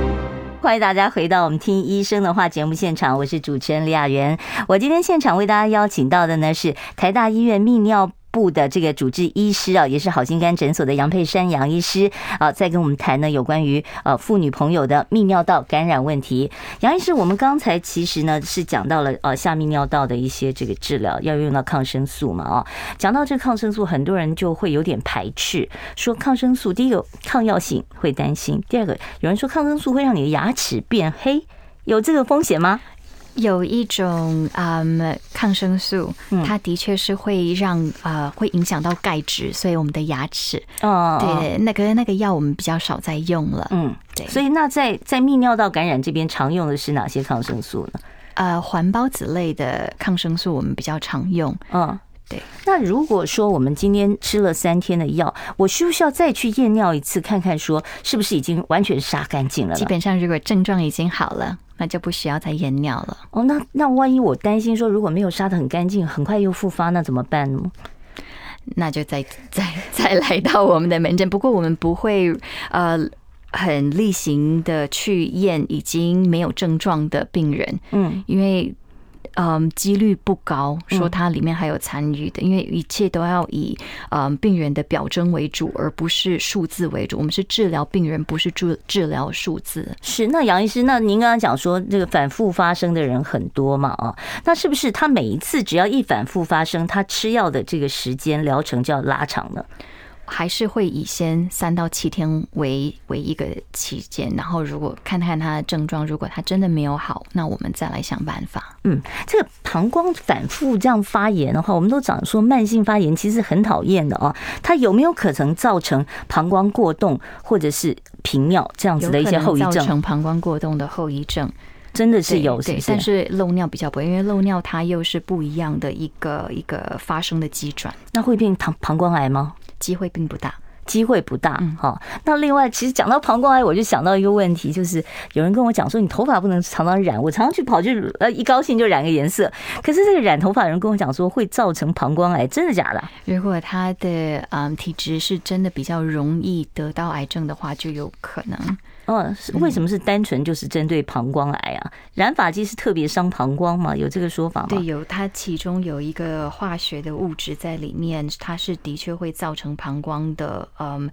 Speaker 1: 欢迎大家回到我们听医生的话节目现场，我是主持人李雅媛。我今天现场为大家邀请到的呢是台大医院泌尿。部的这个主治医师啊，也是好心肝诊所的杨佩珊杨医师啊，在跟我们谈呢有关于呃妇女朋友的泌尿道感染问题。杨医师，我们刚才其实呢是讲到了呃下泌尿道的一些这个治疗要用到抗生素嘛啊，讲到这个抗生素，很多人就会有点排斥，说抗生素第一个抗药性会担心，第二个有人说抗生素会让你的牙齿变黑，有这个风险吗？
Speaker 2: 有一种嗯抗生素，
Speaker 1: 嗯
Speaker 2: 它的确是会让呃会影响到钙质，所以我们的牙齿，
Speaker 1: 哦，
Speaker 2: 对，那个那个药我们比较少在用了。
Speaker 1: 嗯，
Speaker 2: 对，
Speaker 1: 所以那在在泌尿道感染这边常用的是哪些抗生素呢？
Speaker 2: 呃，环孢子类的抗生素我们比较常用。
Speaker 1: 嗯，
Speaker 2: 对。
Speaker 1: 那如果说我们今天吃了三天的药，我需不需要再去验尿一次，看看说是不是已经完全杀干净了呢？
Speaker 2: 基本上，如果症状已经好了，那就不需要再验尿了。 <laughs>
Speaker 1: 哦，那那万一我担心说如果没有杀的很干净，很快又复发，那怎么办呢？
Speaker 2: 那就再 <laughs> 再再来到我们的门诊。不过我们不会呃很例行的去验已经没有症状的病人，
Speaker 1: 嗯，
Speaker 2: 因为。嗯，几率不高，说它里面还有残余的，因为一切都要以嗯病人的表征为主，而不是数字为主。我们是治疗病人，不是治治疗数字。
Speaker 1: 是，那杨医师，那您刚刚讲说这个反复发生的人很多嘛，啊，那是不是他每一次只要一反复发生，他吃药的这个时间疗程就要拉长呢？
Speaker 2: 还是会以先三到七天为为一个期间，然后如果看看他的症状，如果他真的没有好，那我们再来想办法。
Speaker 1: 嗯，这个膀胱反复这样发炎的话，我们都讲说慢性发炎其实很讨厌的啊，它有没有可能造成膀胱过动或者是频尿这样子的一些后遗
Speaker 2: 有可能造
Speaker 1: 症？
Speaker 2: 成膀胱过动的后遗症
Speaker 1: 真的是
Speaker 2: 对
Speaker 1: 有，是
Speaker 2: 对
Speaker 1: 不，是
Speaker 2: 但？是漏尿比较不会，因为漏尿它又是不一样的一个一个发生的机转，
Speaker 1: 那会变膀膀胱癌吗？
Speaker 2: 机会并不大。
Speaker 1: 机会不大
Speaker 2: 嗯
Speaker 1: 哈、那另外，其实讲到膀胱癌，我就想到一个问题，就是有人跟我讲说，你头发不能常常染。我常常去跑去呃，一高兴就染个颜色。可是这个染头发的人跟我讲说，会造成膀胱癌，真的假的？
Speaker 2: 如果他的嗯体质是真的比较容易得到癌症的话，就有可能。
Speaker 1: 嗯，是为什么是单纯就是针对膀胱癌啊？染发剂是特别伤膀胱吗？有这个说法
Speaker 2: 对，
Speaker 1: 吗？
Speaker 2: 有它其中有一个化学的物质在里面，它是的确会造成膀胱的嗯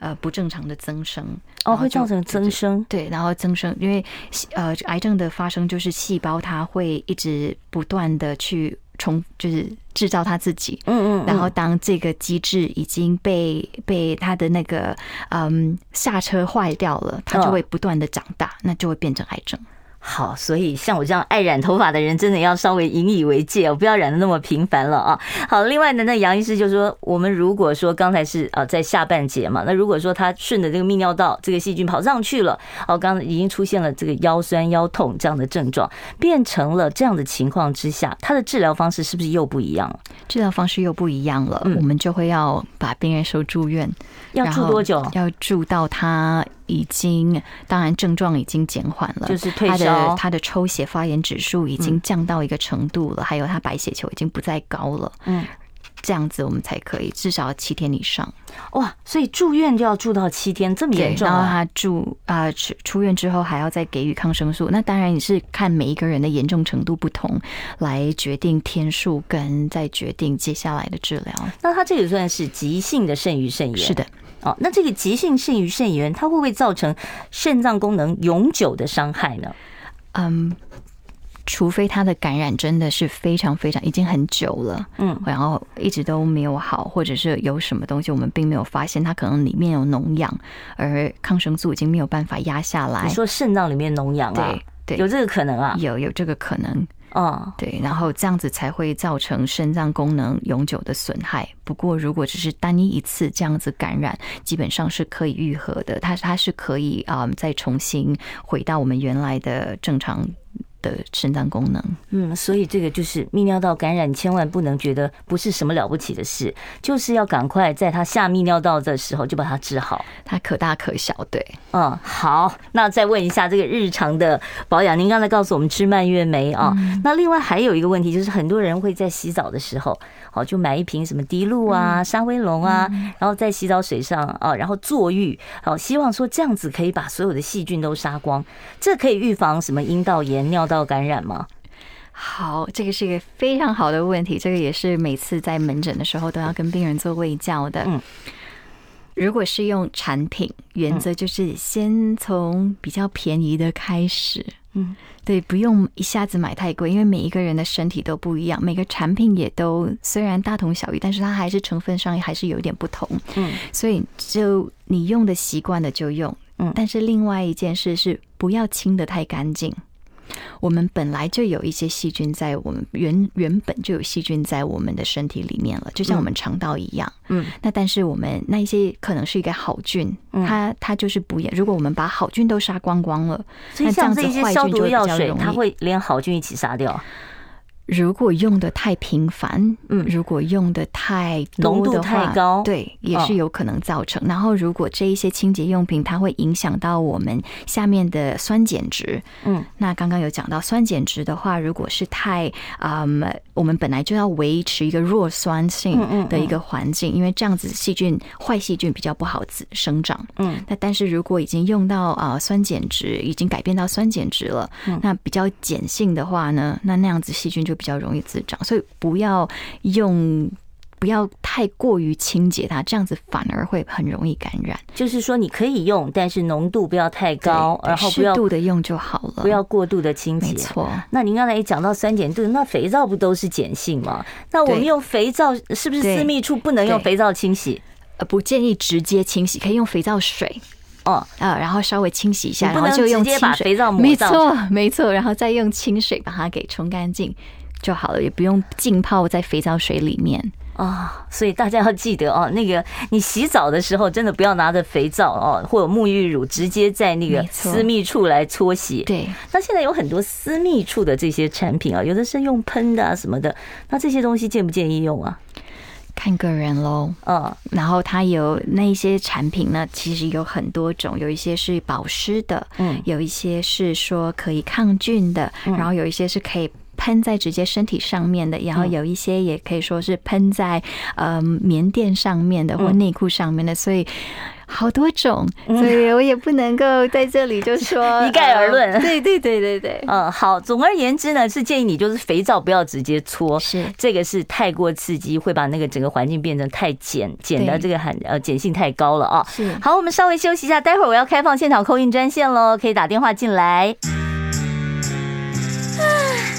Speaker 2: 呃不正常的增生，
Speaker 1: 哦，
Speaker 2: 然后
Speaker 1: 会
Speaker 2: 就
Speaker 1: 造成增。生。
Speaker 2: 对，对然后增生，因为细呃癌症的发生就是细胞它会一直不断的去重，就是制造它自己。
Speaker 1: 嗯嗯，
Speaker 2: 然后，当这个机制已经被被它的那呃个嗯刹车坏掉了，它就
Speaker 1: 嗯
Speaker 2: 会不断的长大，那就会变成癌症。
Speaker 1: 好，所以像我这样爱染头发的人，真的要稍微引以为戒哦，不要染的那么频繁了啊。好，另外呢，那杨医师就说，我们如果说刚才是呃在下半节嘛，那如果说他顺着这个泌尿道这个细菌跑上去了，哦，刚刚已经出现了这个腰酸腰痛这样的症状，变成了这样的情况之下，他的治疗方式是不是又不一样了？
Speaker 2: 治疗方式又不一样了，
Speaker 1: 嗯
Speaker 2: 我们就会要把病人收住院，
Speaker 1: 要
Speaker 2: 然
Speaker 1: 住
Speaker 2: 后
Speaker 1: 多久？
Speaker 2: 要住到他已经，当然症状已经减缓了，
Speaker 1: 就是退
Speaker 2: 他的
Speaker 1: 烧嗯
Speaker 2: 他的抽血发炎指数已经降到一个程度了，还有他白血球已经不再高了，
Speaker 1: 嗯，
Speaker 2: 这样子我们才可以至少七天以上。
Speaker 1: 哇，所以住院就要住到七天，这么
Speaker 2: 对，
Speaker 1: 严重
Speaker 2: 然后
Speaker 1: 啊？
Speaker 2: 他住啊、呃出出院之后还要再给予抗生素。那当然你是看每一个人的严重程度不同，来决定天数跟再决定接下来的治疗。
Speaker 1: 那他这也算是急性的肾盂肾炎？
Speaker 2: 是的，
Speaker 1: 哦，那这个急性肾盂肾炎，它会不会造成肾脏功能永久的伤害呢？
Speaker 2: 嗯。除非他的感染真的是非常非常已经很久了，
Speaker 1: 嗯，
Speaker 2: 然后一直都没有好，或者是有什么东西我们并没有发现，它可能里面有脓疡，而抗生素已经没有办法压下来
Speaker 1: 你。说肾脏里面脓疡啊
Speaker 2: 哎对，对，
Speaker 1: 有这个可能啊？
Speaker 2: 有有这个可能。
Speaker 1: 哦，
Speaker 2: 对，然后这样子才会造成肾脏功能永久的损害。不过，如果只是单一一次这样子感染，基本上是可以愈合的，它它是可以啊、嗯再重新回到我们原来的正常的肾脏功能。
Speaker 1: 嗯，所以这个就是泌尿道感染，千万不能觉得不是什么了不起的事，就是要赶快在它下泌尿道的时候就把它治好。
Speaker 2: 它可大可小，对，
Speaker 1: 嗯，好，那再问一下这个日常的保养，您刚才告诉我们吃蔓越莓啊、那另外还有一个问题就是，很多人会在洗澡的时候，好就买一瓶什么滴露啊、沙威龙啊，然后在洗澡水上啊，然后坐浴，好希望说这样子可以把所有的细菌都杀光，这可以预防什么阴道炎、尿道感染吗？
Speaker 2: 好，这个是一个非常好的问题，这个也是每次在门诊的时候都要跟病人做卫教的。
Speaker 1: 嗯，
Speaker 2: 如果是用产品，原则就是先从比较便宜的开始。
Speaker 1: 嗯，
Speaker 2: 对，不用一下子买太贵，因为每一个人的身体都不一样，每个产品也都虽然大同小异，但是它还是成分上还是有点不同。
Speaker 1: 嗯，
Speaker 2: 所以就你用的习惯的就用。
Speaker 1: 嗯
Speaker 2: 但是另外一件事是不要清的太干净。我们本来就有一些细菌在我们原原本就有细菌在我们的身体里面了，就像我们肠道一样。
Speaker 1: 嗯，
Speaker 2: 那但是我们那一些可能是一个好菌，
Speaker 1: 嗯
Speaker 2: 它它就是不一样。如果我们把好菌都杀光光了，
Speaker 1: 所以
Speaker 2: 那这
Speaker 1: 像
Speaker 2: 样
Speaker 1: 这
Speaker 2: 子
Speaker 1: 些
Speaker 2: 坏
Speaker 1: 消
Speaker 2: 菌就
Speaker 1: 毒
Speaker 2: 会比
Speaker 1: 药
Speaker 2: 较
Speaker 1: 水，
Speaker 2: 容
Speaker 1: 它
Speaker 2: 易
Speaker 1: 会连好菌一起杀掉，
Speaker 2: 如果用的太频繁，
Speaker 1: 嗯
Speaker 2: 如果用的太
Speaker 1: 浓
Speaker 2: 多
Speaker 1: 度
Speaker 2: 的话
Speaker 1: 太高啊
Speaker 2: 对，也是有可能造成。然后，如果这一些清洁用品，它会影响到我们下面的酸碱值。
Speaker 1: 嗯，
Speaker 2: 那刚刚有讲到酸碱值的话，如果是太嗯，我们本来就要维持一个弱酸
Speaker 1: 嗯
Speaker 2: 性的一个环境，因为这样子细菌坏细菌比较不好滋生长。
Speaker 1: 嗯，
Speaker 2: 那但是如果已经用到啊、呃酸碱值，已经改变到酸碱值了，
Speaker 1: 嗯
Speaker 2: 那比较碱性的话呢，那那样子细菌就比较容易滋长，所以不要用。不要太过于清洁它，这样子反而会很容易感染。
Speaker 1: 就是说你可以用，但是浓度不要太高，
Speaker 2: 对
Speaker 1: 然后不要
Speaker 2: 适度的用就好了，
Speaker 1: 不要过度的清
Speaker 2: 没
Speaker 1: 洁。
Speaker 2: 错。
Speaker 1: 那您刚才也讲到酸碱度，那肥皂不都是碱性吗？那我们
Speaker 2: 对
Speaker 1: 用肥皂是不是
Speaker 2: 对
Speaker 1: 私密处不能用
Speaker 2: 对
Speaker 1: 肥皂清洗？
Speaker 2: 呃，不建议直接清洗，可以用肥皂水
Speaker 1: 哦，
Speaker 2: 啊、呃然后稍微清洗一下，
Speaker 1: 你不
Speaker 2: 然
Speaker 1: 能
Speaker 2: 后就用
Speaker 1: 直接
Speaker 2: 清
Speaker 1: 把
Speaker 2: 水，
Speaker 1: 肥皂抹
Speaker 2: 没
Speaker 1: 上
Speaker 2: 错没错，然后再用清水把它给冲干净就好了，也不用浸泡在肥皂水里面。
Speaker 1: 啊、所以大家要记得哦，那个你洗澡的时候真的不要拿着肥皂哦或者沐浴乳直接在那个
Speaker 2: 没错
Speaker 1: 私密处来搓洗。
Speaker 2: 对，
Speaker 1: 那现在有很多私密处的这些产品啊，有的是用喷的啊什么的，那这些东西建不建议用啊？
Speaker 2: 看个人喽。
Speaker 1: 嗯，
Speaker 2: 然后它有那一些产品呢，其实有很多种，有一些是保湿的，
Speaker 1: 嗯
Speaker 2: 有一些是说可以抗菌的，然后有一些是可以。喷在直接身体上面的，然
Speaker 1: 嗯
Speaker 2: 后有一些也可以说是喷在呃棉垫上
Speaker 1: 嗯
Speaker 2: 面的或内裤上面的，所以好多种，所以我也不能够在这里就
Speaker 1: <laughs>
Speaker 2: 说
Speaker 1: 一概而论
Speaker 2: 呃对对对对对，
Speaker 1: 嗯，好，总而言之呢，是建议你就是肥皂不要直接搓，
Speaker 2: 是
Speaker 1: 这个是太过刺激，会把那个整个环境变成太碱，碱的
Speaker 2: 对
Speaker 1: 这个含呃碱性太高了啊。
Speaker 2: 是
Speaker 1: 好，我们稍微休息一下，待会儿我要开放现场扣印专线喽，可以打电话进来。
Speaker 4: 啊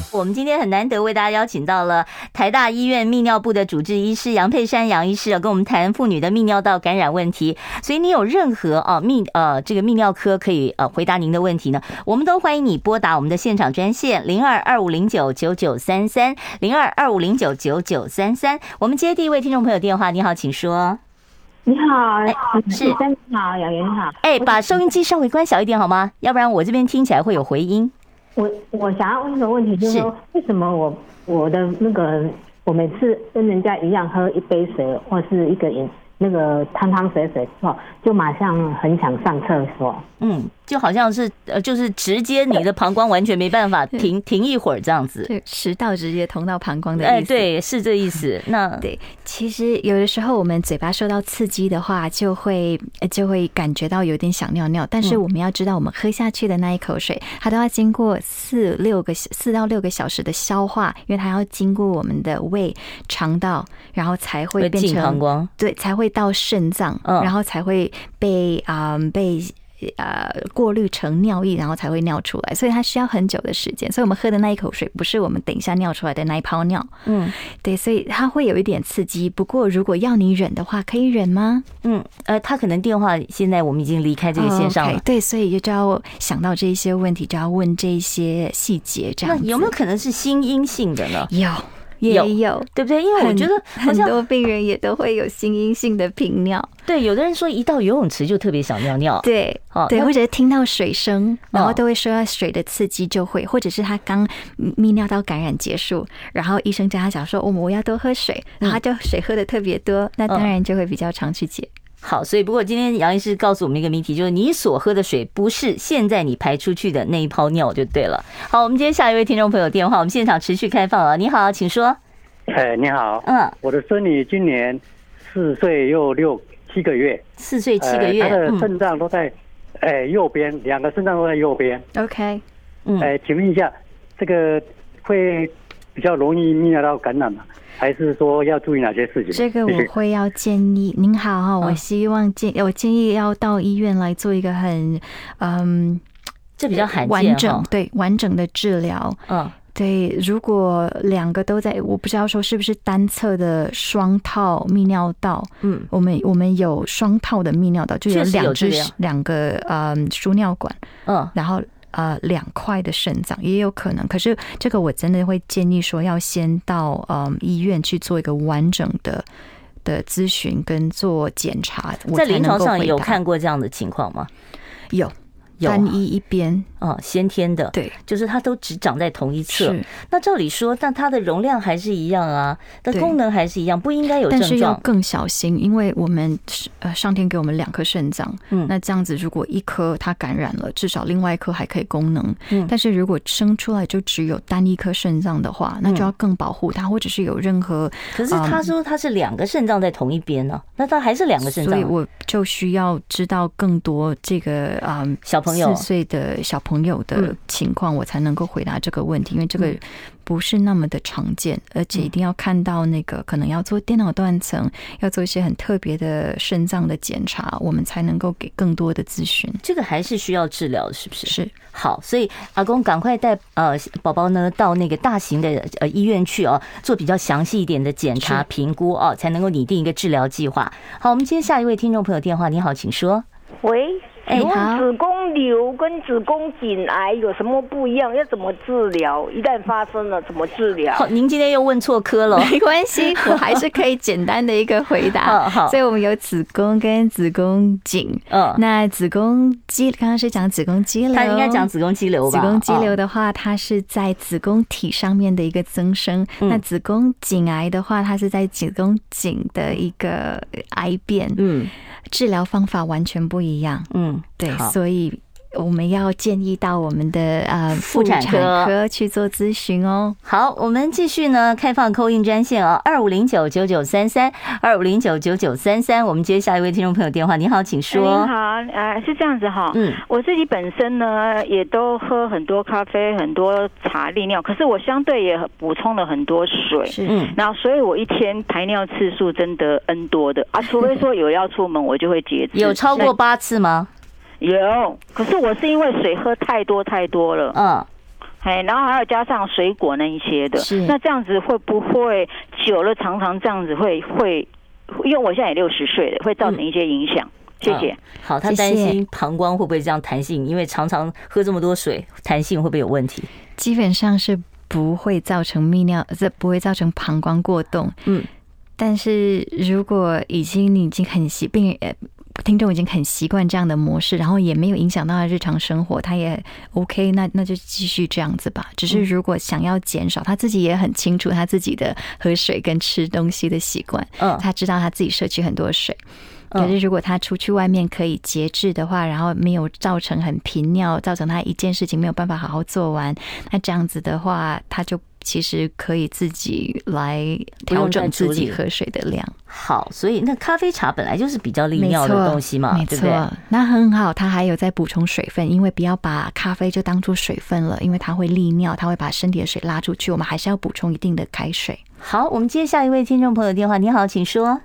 Speaker 1: 我们今天很难得为大家邀请到了台大医院泌尿部的主治医师杨佩珊杨医师啊，跟我们谈妇女的泌尿道感染问题。所以你有任何啊泌呃这个泌尿科可以呃回答您的问题呢，我们都欢迎你拨打我们的现场专线零二二五零九九九三三零二二五零九九九三三。我们接第一位听众朋友电话，你好，请说。哎
Speaker 6: 你好，
Speaker 1: 是
Speaker 6: 先生你好，雅媛你好。
Speaker 1: 哎，把收音机稍微关小一点好吗？要不然我这边听起来会有回音。
Speaker 6: 我我想要问一个问题，就是说为什么我我的那个我每次跟人家一样喝一杯水或是一个饮那个汤汤水水之后，就马上很想上厕所。
Speaker 1: 嗯，就好像是呃，就是直接你的膀胱完全没办法停停一会儿这样子。
Speaker 2: 对，食道直接通到膀胱的意思。
Speaker 1: 哎，对，是这意思。那
Speaker 2: <laughs> 对，其实有的时候我们嘴巴受到刺激的话，就会呃就会感觉到有点想尿尿。但是
Speaker 1: 嗯
Speaker 2: 我们要知道，我们喝下去的那一口水，它都要经过四六个四到六个小时的消化，因为它要经过我们的胃、肠道，然后才会
Speaker 1: 会
Speaker 2: 变
Speaker 1: 进膀
Speaker 2: 成
Speaker 1: 胱。
Speaker 2: 对，才会到肾脏，
Speaker 1: 嗯
Speaker 2: 然后才会被啊、被。呃，过滤成尿液，然后才会尿出来，所以它需要很久的时间。所以我们喝的那一口水，不是我们等一下尿出来的那一泡尿。
Speaker 1: 嗯
Speaker 2: 对，所以它会有一点刺激。不过如果要你忍的话，可以忍吗？
Speaker 1: 嗯，呃，他可能电话现在我们已经离开这个线上
Speaker 2: o
Speaker 1: 了
Speaker 2: 哦 k。对，所以就要想到这一些问题，就要问这一些细节，这
Speaker 1: 那
Speaker 2: 样子
Speaker 1: 有没有可能是心因性的呢？
Speaker 2: 有也
Speaker 1: 有
Speaker 2: 有
Speaker 1: 对不对？因为我
Speaker 2: 很
Speaker 1: 觉得好
Speaker 2: 很
Speaker 1: 像
Speaker 2: 多病人也都会有心因性的频尿，
Speaker 1: 对，有的人说一到游泳池就特别想尿尿。
Speaker 2: 对，
Speaker 1: 哦
Speaker 2: 对，
Speaker 1: 那
Speaker 2: 或者是听到水声，然
Speaker 1: 哦
Speaker 2: 后都会受到水的刺激，就会，或者是他刚泌尿道感染结束，然后医生叫他讲说，哦我们我要多喝水，然
Speaker 1: 嗯
Speaker 2: 后他就水喝的特别多，那当然就会比较常去解。
Speaker 1: 好，所以不过今天杨医师告诉我们一个谜题，就是你所喝的水不是现在你排出去的那一泡尿就对了。好，我们接下一位听众朋友电话，我们现场持续开放啊。你好，请说。
Speaker 7: 哎，你好，
Speaker 1: 嗯，
Speaker 7: 我的孙女今年四岁又六七个月，
Speaker 1: 四岁七个月，
Speaker 7: 呃她的
Speaker 1: 嗯
Speaker 7: 肾脏都在，哎，右边，两个肾脏都在右边，
Speaker 2: OK，
Speaker 1: 嗯，
Speaker 7: 哎，请问一下，这个会比较容易泌尿道感染吗？还是说要注意哪些事情？
Speaker 2: 这个
Speaker 7: 谢谢
Speaker 2: 我会要建议您好哈、我
Speaker 1: 嗯
Speaker 2: 希望建我建议要到医院来做一个很嗯
Speaker 1: 这比较罕见
Speaker 2: 完
Speaker 1: 哈
Speaker 2: 整对完整的治疗。
Speaker 1: 嗯
Speaker 2: 对，如果两个都在，我不知道说是不是单侧的双套泌尿道，
Speaker 1: 嗯，
Speaker 2: 我们我们有双套的泌尿道，就有
Speaker 1: 确实有
Speaker 2: 两
Speaker 1: 这
Speaker 2: 只
Speaker 1: 个呀
Speaker 2: 两个呃输尿管，
Speaker 1: 嗯，
Speaker 2: 然后呃两块的肾脏也有可能。可是这个我真的会建议说，要先到呃医院去做一个完整的的咨询跟做检查，我
Speaker 1: 在
Speaker 2: 才
Speaker 1: 临
Speaker 2: 能
Speaker 1: 床
Speaker 2: 够
Speaker 1: 上
Speaker 2: 回
Speaker 1: 有
Speaker 2: 答
Speaker 1: 看过这样的情况吗？
Speaker 2: 有
Speaker 1: 有啊
Speaker 2: 单一一边
Speaker 1: 哦，先天的，
Speaker 2: 对
Speaker 1: 就是它都只长在同一侧
Speaker 2: 是。，
Speaker 1: 那照理说，但它的容量还是一样啊，的
Speaker 2: 对
Speaker 1: 功能还是一样，不应该有
Speaker 2: 但是
Speaker 1: 症
Speaker 2: 要
Speaker 1: 状。
Speaker 2: 更小心，因为我们呃上天给我们两颗肾脏，
Speaker 1: 嗯
Speaker 2: 那这样子如果一颗它感染了，至少另外一颗还可以功能，
Speaker 1: 嗯
Speaker 2: 但是如果生出来就只有单一颗肾脏的
Speaker 1: 嗯
Speaker 2: 话，那就要更保护它，或者是有任何
Speaker 1: 可是他说他是两个肾脏在同一边呢、那他还是两个肾
Speaker 2: 所
Speaker 1: 脏
Speaker 2: 以
Speaker 1: 啊。
Speaker 2: 我就需要知道更多这个啊、嗯
Speaker 1: 小朋友
Speaker 2: 四岁的小朋友的
Speaker 1: 嗯
Speaker 2: 情况，我才能够回答这个问题，因为这个
Speaker 1: 嗯
Speaker 2: 不是那么的常见，而且一定要看到那个可能要做电脑断层，要做一些很特别的肾脏的检查，我们才能够给更多的咨询。
Speaker 1: 这个还是需要治疗的，是不是？ <laughs>
Speaker 2: 是
Speaker 1: 好，所以阿公赶快带呃宝宝呢到那个大型的呃医院去哦，做比较详细一点的检查
Speaker 2: 是
Speaker 1: 评估哦，才能够拟定一个治疗计划。好，我们接下一位听众朋友电话，你好，请说。”。
Speaker 8: 喂，
Speaker 1: 哎
Speaker 8: 请问
Speaker 2: 好
Speaker 8: 子宫瘤跟子宫颈癌有什么不一样？要怎么治疗？一旦发生了怎么治疗？
Speaker 1: 好，您今天又问错科
Speaker 2: <laughs>
Speaker 1: 了。
Speaker 2: 没关系，我还是可以简单的一个回
Speaker 1: 好
Speaker 2: 答。
Speaker 1: <laughs> 好
Speaker 2: 所以我们有子宫跟子宫颈。
Speaker 1: 嗯，
Speaker 2: 那子宫肌，刚刚是讲子宫肌瘤，
Speaker 1: 他应该讲子宫肌瘤吧？哦嗯
Speaker 2: 子宫肌瘤
Speaker 1: 的
Speaker 2: 的话，它是在子宫体上面的一个增生；
Speaker 1: 嗯
Speaker 2: 那子宫颈癌的话，它是在子宫颈的一个癌变。
Speaker 1: 嗯
Speaker 2: 治疗方法完全不一样，
Speaker 1: 嗯，
Speaker 2: 对
Speaker 1: 好，
Speaker 2: 所以我们要建议到我们的呃
Speaker 1: 妇产科
Speaker 2: 科去做咨询哦。
Speaker 1: 好，我们继续呢，开放扣印专线哦，二五零九九九三三，二五零九九九三三。我们接下一位听众朋友电话，你好，请说
Speaker 2: 哎
Speaker 9: 您。好，呃，是这样子哈，
Speaker 1: 嗯，
Speaker 9: 我自己本身呢也都喝很多咖啡、很多茶、利尿，可是我相对也补充了很多水，
Speaker 2: 是
Speaker 1: 嗯，
Speaker 9: 然后所以我一天排尿次数真的 N 多的啊，除非说有要出
Speaker 1: <laughs>
Speaker 9: 门，我就会节制。
Speaker 1: 有超过八次吗？
Speaker 9: 有，可是我是因为水喝太多太多了，
Speaker 1: 嗯，
Speaker 9: 哎，然后还有加上水果那一些的
Speaker 2: 是，
Speaker 9: 那这样子会不会久了常常这样子会会？因为我现在也六十岁了，会造成一些影响。谢谢。
Speaker 1: 好，他
Speaker 2: 谢
Speaker 1: 担
Speaker 2: 谢
Speaker 1: 心膀胱会不会这样弹性，因为常常喝这么多水，弹性会不会有问题？
Speaker 2: 基本上是不会造成泌尿，这不会造成膀胱过动。
Speaker 1: 嗯，
Speaker 2: 但是如果已经你已经很习病人。呃听众已经很习惯这样的模式，然后也没有影响到他日常生活，他也 OK，那那就继续这样子吧。
Speaker 1: 嗯
Speaker 2: 只是如果想要减少，他自己也很清楚他自己的喝水跟吃东西的习惯，
Speaker 1: 嗯
Speaker 2: 他知道他自己摄取很多水。
Speaker 1: 嗯
Speaker 2: 可是如果他出去外面可以节制的话，然后没有造成很频尿，造成他一件事情没有办法好好做完，那这样子的话，他就其实可以自己来
Speaker 1: 不用
Speaker 2: 调
Speaker 1: 再
Speaker 2: 整
Speaker 1: 处
Speaker 2: 自己
Speaker 1: 理
Speaker 2: 喝水的量。
Speaker 1: 好，所以那咖啡茶本来就是比较利
Speaker 2: 没
Speaker 1: 尿的
Speaker 2: 错
Speaker 1: 东西嘛
Speaker 2: 没，
Speaker 1: 对
Speaker 2: 错
Speaker 1: 不对？，
Speaker 2: 那很好，它还有在补充水分，因为不要把咖啡就当做水分了，因为它会利尿，它会把身体的水拉出去，我们还是要补充一定的开水。
Speaker 1: 好，我们接下一位听众朋友电话，你好，请说。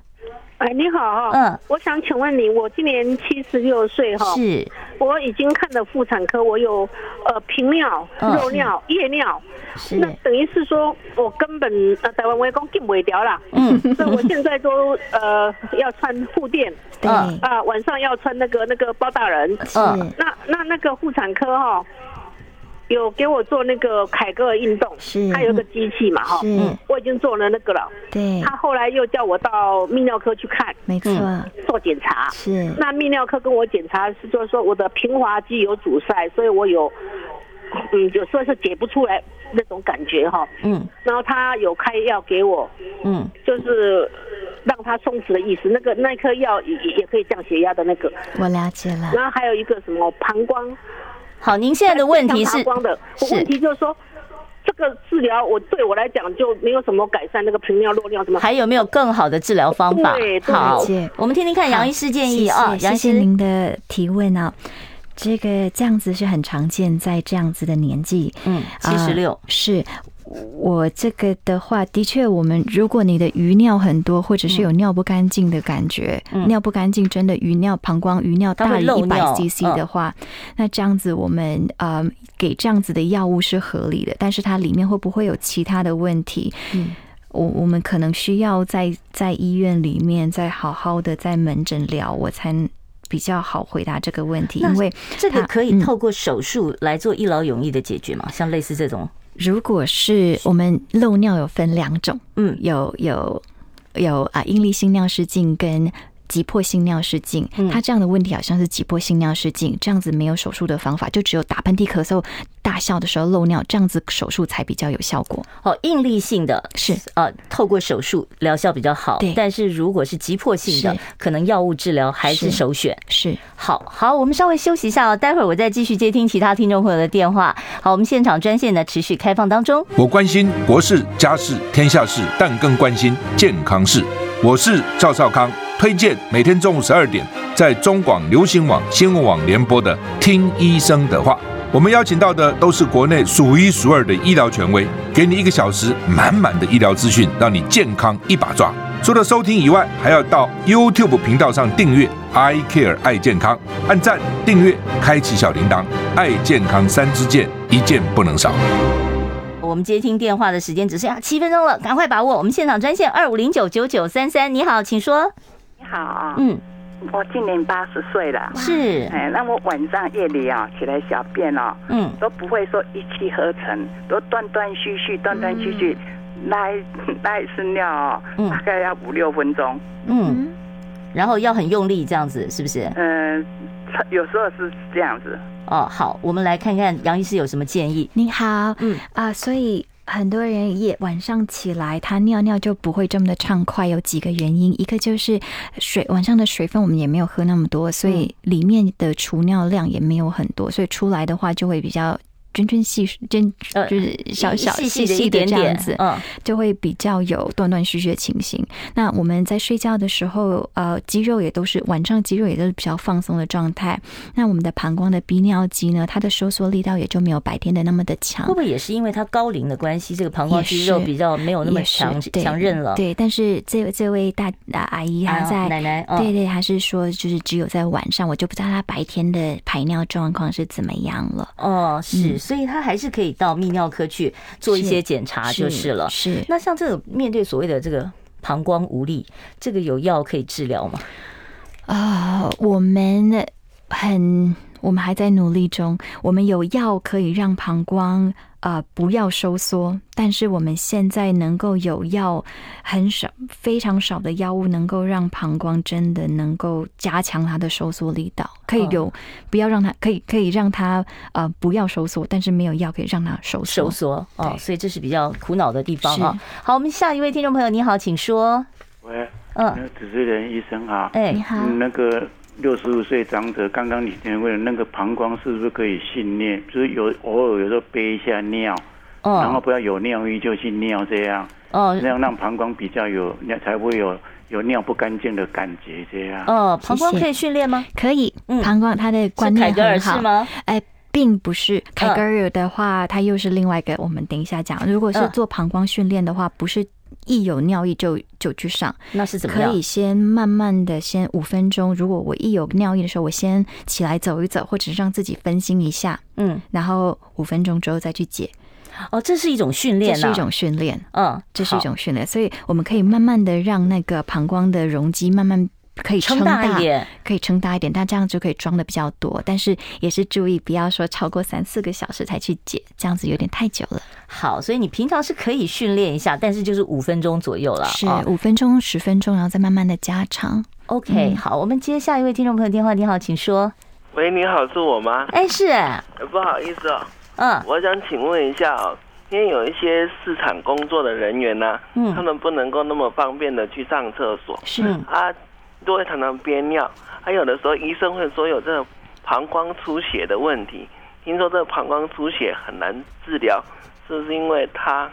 Speaker 8: 哎，你好哈，
Speaker 1: 嗯，
Speaker 8: 我想请问你，我今年七十六岁哈，
Speaker 1: 是，
Speaker 8: 我已经看了妇产科，我有呃频尿、
Speaker 1: 嗯
Speaker 8: 漏尿、夜尿，
Speaker 1: 是
Speaker 8: 那等于是说我根本呃台湾围攻进不了啦， <laughs>
Speaker 1: 嗯，
Speaker 8: 所以我现在都呃要穿护垫
Speaker 2: 对，
Speaker 1: 嗯
Speaker 8: 啊、晚上要穿那个那个包大人，
Speaker 1: 嗯
Speaker 8: 那那那个妇产科哈、有给我做那个凯格尔运动，
Speaker 2: 是
Speaker 8: 它有一个机器嘛哈、
Speaker 2: 是是，
Speaker 8: 我已经做了那个了，
Speaker 2: 对，
Speaker 8: 他后来又叫我到泌尿科去看
Speaker 2: 没错，
Speaker 1: 嗯
Speaker 8: 做检查，
Speaker 2: 是
Speaker 8: 那泌尿科跟我检查是就是说我的平滑肌有阻塞，所以我有，嗯，有时候是解不出来呃那种感觉哈。
Speaker 1: 嗯
Speaker 8: 然后他有开药给我，
Speaker 1: 嗯，
Speaker 8: 就是让他松弛的意思。那个那颗药也也也可以降血压的那个。
Speaker 1: 嗯
Speaker 2: 我了解了。
Speaker 8: 然后还有一个什么膀胱，
Speaker 1: 好，您现在的问题是
Speaker 8: 降膀胱的。
Speaker 1: 是
Speaker 8: 我问题就是说，这个治疗我对我来讲就没有什么改善，那个频尿漏尿什么。
Speaker 1: 还有没有更好的治疗方法？
Speaker 8: 对对
Speaker 1: 好
Speaker 2: 了解，
Speaker 1: 我们听听看杨医师建议啊
Speaker 2: 好，谢
Speaker 1: 杨
Speaker 2: 谢
Speaker 1: 医师，
Speaker 2: 谢谢您的提问啊。这个这样子是很常见，在这样子的年纪，
Speaker 1: 嗯，七十六
Speaker 2: 啊，是。我这个的话，的确，我们如果你的余尿很多，或者是有尿不干净的感觉，
Speaker 1: 嗯
Speaker 2: 尿不干净真的余尿、膀胱余尿
Speaker 1: 它
Speaker 2: 大
Speaker 1: 会
Speaker 2: 于
Speaker 1: 漏
Speaker 2: 一百
Speaker 1: 尿
Speaker 2: CC
Speaker 1: 嗯
Speaker 2: 的话，那这样子我们呃给这样子的药物是合理的，但是它里面会不会有其他的问题？
Speaker 1: 嗯，
Speaker 2: 我我们可能需要在在医院里面再好好的在门诊聊，我才比较好回答这个问题，
Speaker 1: 那
Speaker 2: 因为
Speaker 1: 这个
Speaker 2: 它
Speaker 1: 可以
Speaker 2: 嗯
Speaker 1: 透过手术来做一劳永逸的解决吗？像类似这种，
Speaker 2: 如果是我们漏尿有分两种，
Speaker 1: 嗯
Speaker 2: 有有有啊，应力性尿失禁跟。急迫性尿失禁，
Speaker 1: 嗯
Speaker 2: 它这样的问题好像是急迫性尿失禁，这样子没有手术的方法，就只有打喷嚏、咳嗽、大笑的时候漏尿，这样子手术才比较有效果。
Speaker 1: 哦，应力性的
Speaker 2: 是
Speaker 1: 呃，透过手术疗效比较好
Speaker 2: 对，
Speaker 1: 但是如果是急迫性的
Speaker 2: 是，
Speaker 1: 可能药物治疗还是
Speaker 2: 是
Speaker 1: 首选。
Speaker 2: 是，
Speaker 1: 好好，我们稍微休息一下哦，待会儿我再继续接听其他听众朋友的电话。好，我们现场专线呢持续开放当中。
Speaker 5: 我关心国事、家事、天下事，但更关心健康事。我是赵少康，推荐每天中午十二点在中广流行网、新闻网联播的《听医生的话》。我们邀请到的都是国内数一数二的医疗权威，给你一个小时满满的医疗资讯，让你健康一把抓。除了收听以外，还要到 YouTube 频道上订阅 “I Care 爱健康”，按赞、订阅、开启小铃铛，爱健康三支箭，一件不能少。
Speaker 1: 我们接听电话的时间只剩下七分钟了，赶快把握！我们现场专线二五零九九九三三，你好，请说。
Speaker 10: 你好啊、
Speaker 1: 嗯，
Speaker 10: 我今年八十岁了，
Speaker 1: 是，
Speaker 10: 哎，那我晚上夜里啊起来小便哦，
Speaker 1: 嗯，
Speaker 10: 都不会说一气呵成，都断断续续，断断续续，
Speaker 11: 嗯
Speaker 10: 那一 <laughs> 那一次尿哦，
Speaker 1: 嗯
Speaker 10: 大概要五六分钟，
Speaker 1: 嗯，然后要很用力，这样子是不是？
Speaker 10: 嗯、有时候是这样子，
Speaker 1: 哦，好，我们来看看杨医师有什么建议。
Speaker 2: 你好，
Speaker 1: 嗯
Speaker 2: 啊、所以很多人夜晚上起来，他尿尿就不会这么的畅快，有几个原因，一个就是水晚上的水分我们也没有喝那么多，所
Speaker 1: 嗯
Speaker 2: 以里面的储尿量也没有很多，所以出来的话就会比较。涓涓细涓就是小小
Speaker 1: 呃细
Speaker 2: 细
Speaker 1: 细的一点
Speaker 2: 的这样
Speaker 1: 点
Speaker 2: 子，
Speaker 1: 嗯
Speaker 2: 就会比较有断断续续的情形。那我们在睡觉的时候，呃，肌肉也都是晚上肌肉也都是比较放松的状态。那我们的膀胱的逼尿肌呢，它的收缩力道也就没有白天的那么的强。
Speaker 1: 会不会也是因为它高龄的关系，这个膀胱
Speaker 2: 也
Speaker 1: 肌肉
Speaker 2: 是
Speaker 1: 比较没有那么
Speaker 2: 也是
Speaker 1: 强
Speaker 2: 对
Speaker 1: 强韧了？
Speaker 2: 对，但是这这位大大阿姨
Speaker 1: 哎
Speaker 2: 她
Speaker 1: 呦
Speaker 2: 在、
Speaker 1: 奶奶哦
Speaker 2: 对对，她是说就是只有在晚上，我就不知道她白天的排尿状况是怎么样了。
Speaker 1: 哦，是，
Speaker 2: 嗯
Speaker 1: 所以他还是可以到泌尿科去做一
Speaker 2: 是
Speaker 1: 些检查
Speaker 2: 是
Speaker 1: 啊就是了。
Speaker 2: 是
Speaker 1: 那像这种面对所谓的这个膀胱无力，这个有药可以治疗吗？
Speaker 2: 啊、我们很，我们还在努力中。我们有药可以让膀胱啊不要收缩，但是我们现在能够有药很少，非常少的药物能够让膀胱真的能够加强它的收缩力道，可以
Speaker 1: 嗯
Speaker 2: 有、不要让它可以可以让它呃不要收缩，但是没有药可以让它收缩
Speaker 1: 收缩哦，
Speaker 2: 对
Speaker 1: 所以这是比较苦恼的地方
Speaker 2: 是
Speaker 1: 啊。好，我们下一位听众朋友，你好，请说。
Speaker 12: 喂，
Speaker 1: 嗯
Speaker 12: 那主持人医生好，
Speaker 1: 哎你好
Speaker 12: 那个六十五岁长者，刚刚你问的那个膀胱是不是可以训练？就是有偶尔有时候憋一下尿，
Speaker 1: 哦
Speaker 12: 嗯然后不要有尿意就去尿这样，
Speaker 1: 哦
Speaker 12: 这样让膀胱比较有尿，才不会有有尿不干净的感觉这样。
Speaker 1: 哦，膀胱
Speaker 2: 谢谢
Speaker 1: 可以训练吗？
Speaker 2: 可以，膀胱它的
Speaker 1: 嗯
Speaker 2: 观
Speaker 1: 是
Speaker 2: 念
Speaker 1: 凯格尔
Speaker 2: 很好
Speaker 1: 是吗？
Speaker 2: 哎、并不是凯
Speaker 1: 嗯
Speaker 2: 格尔的话，它又是另外一个，我们等一下讲。如果是
Speaker 1: 嗯
Speaker 2: 做膀胱训练的话，不是。一有尿意就就去上，
Speaker 1: 那是怎么
Speaker 2: 可
Speaker 1: 样
Speaker 2: 以先慢慢的，先五分钟。如果我一有尿意的时候，我先起来走一走，或者是让自己分心一下，
Speaker 1: 嗯，
Speaker 2: 然后五分钟之后再去解。
Speaker 1: 哦，这是一种训练、啊，
Speaker 2: 这是一种训练，
Speaker 1: 嗯，
Speaker 2: 这是一种
Speaker 1: 好
Speaker 2: 训练，所以我们可以慢慢的让那个膀胱的容积慢慢。可以
Speaker 1: 撑
Speaker 2: 撑
Speaker 1: 大一点，
Speaker 2: 可以撑大一点，但这样就可以装的比较多，但是也是注意不要说超过三四个小时才去解，这样子有点太久了。
Speaker 1: 好，所以你平常是可以训练一下，但是就是五分钟左右了。
Speaker 2: 是
Speaker 1: 哦
Speaker 2: 五分钟、十分钟，然后再慢慢的加长。
Speaker 1: OK，、
Speaker 2: 嗯
Speaker 1: 好，我们接下一位听众朋友电话。你好，请说。
Speaker 13: 喂，你好，是我吗？
Speaker 1: 哎，是，
Speaker 13: 呃不好意思哦，
Speaker 1: 嗯，
Speaker 13: 我想请问一下哦，因为有一些市场工作的人员呢、
Speaker 1: 嗯
Speaker 13: 他们不能够那么方便的去上厕所，
Speaker 1: 是嗯
Speaker 13: 啊，都会常常憋尿，还有的时候医生会说有这个膀胱出血的问题，听说这个膀胱出血很难治疗，是不是因为它，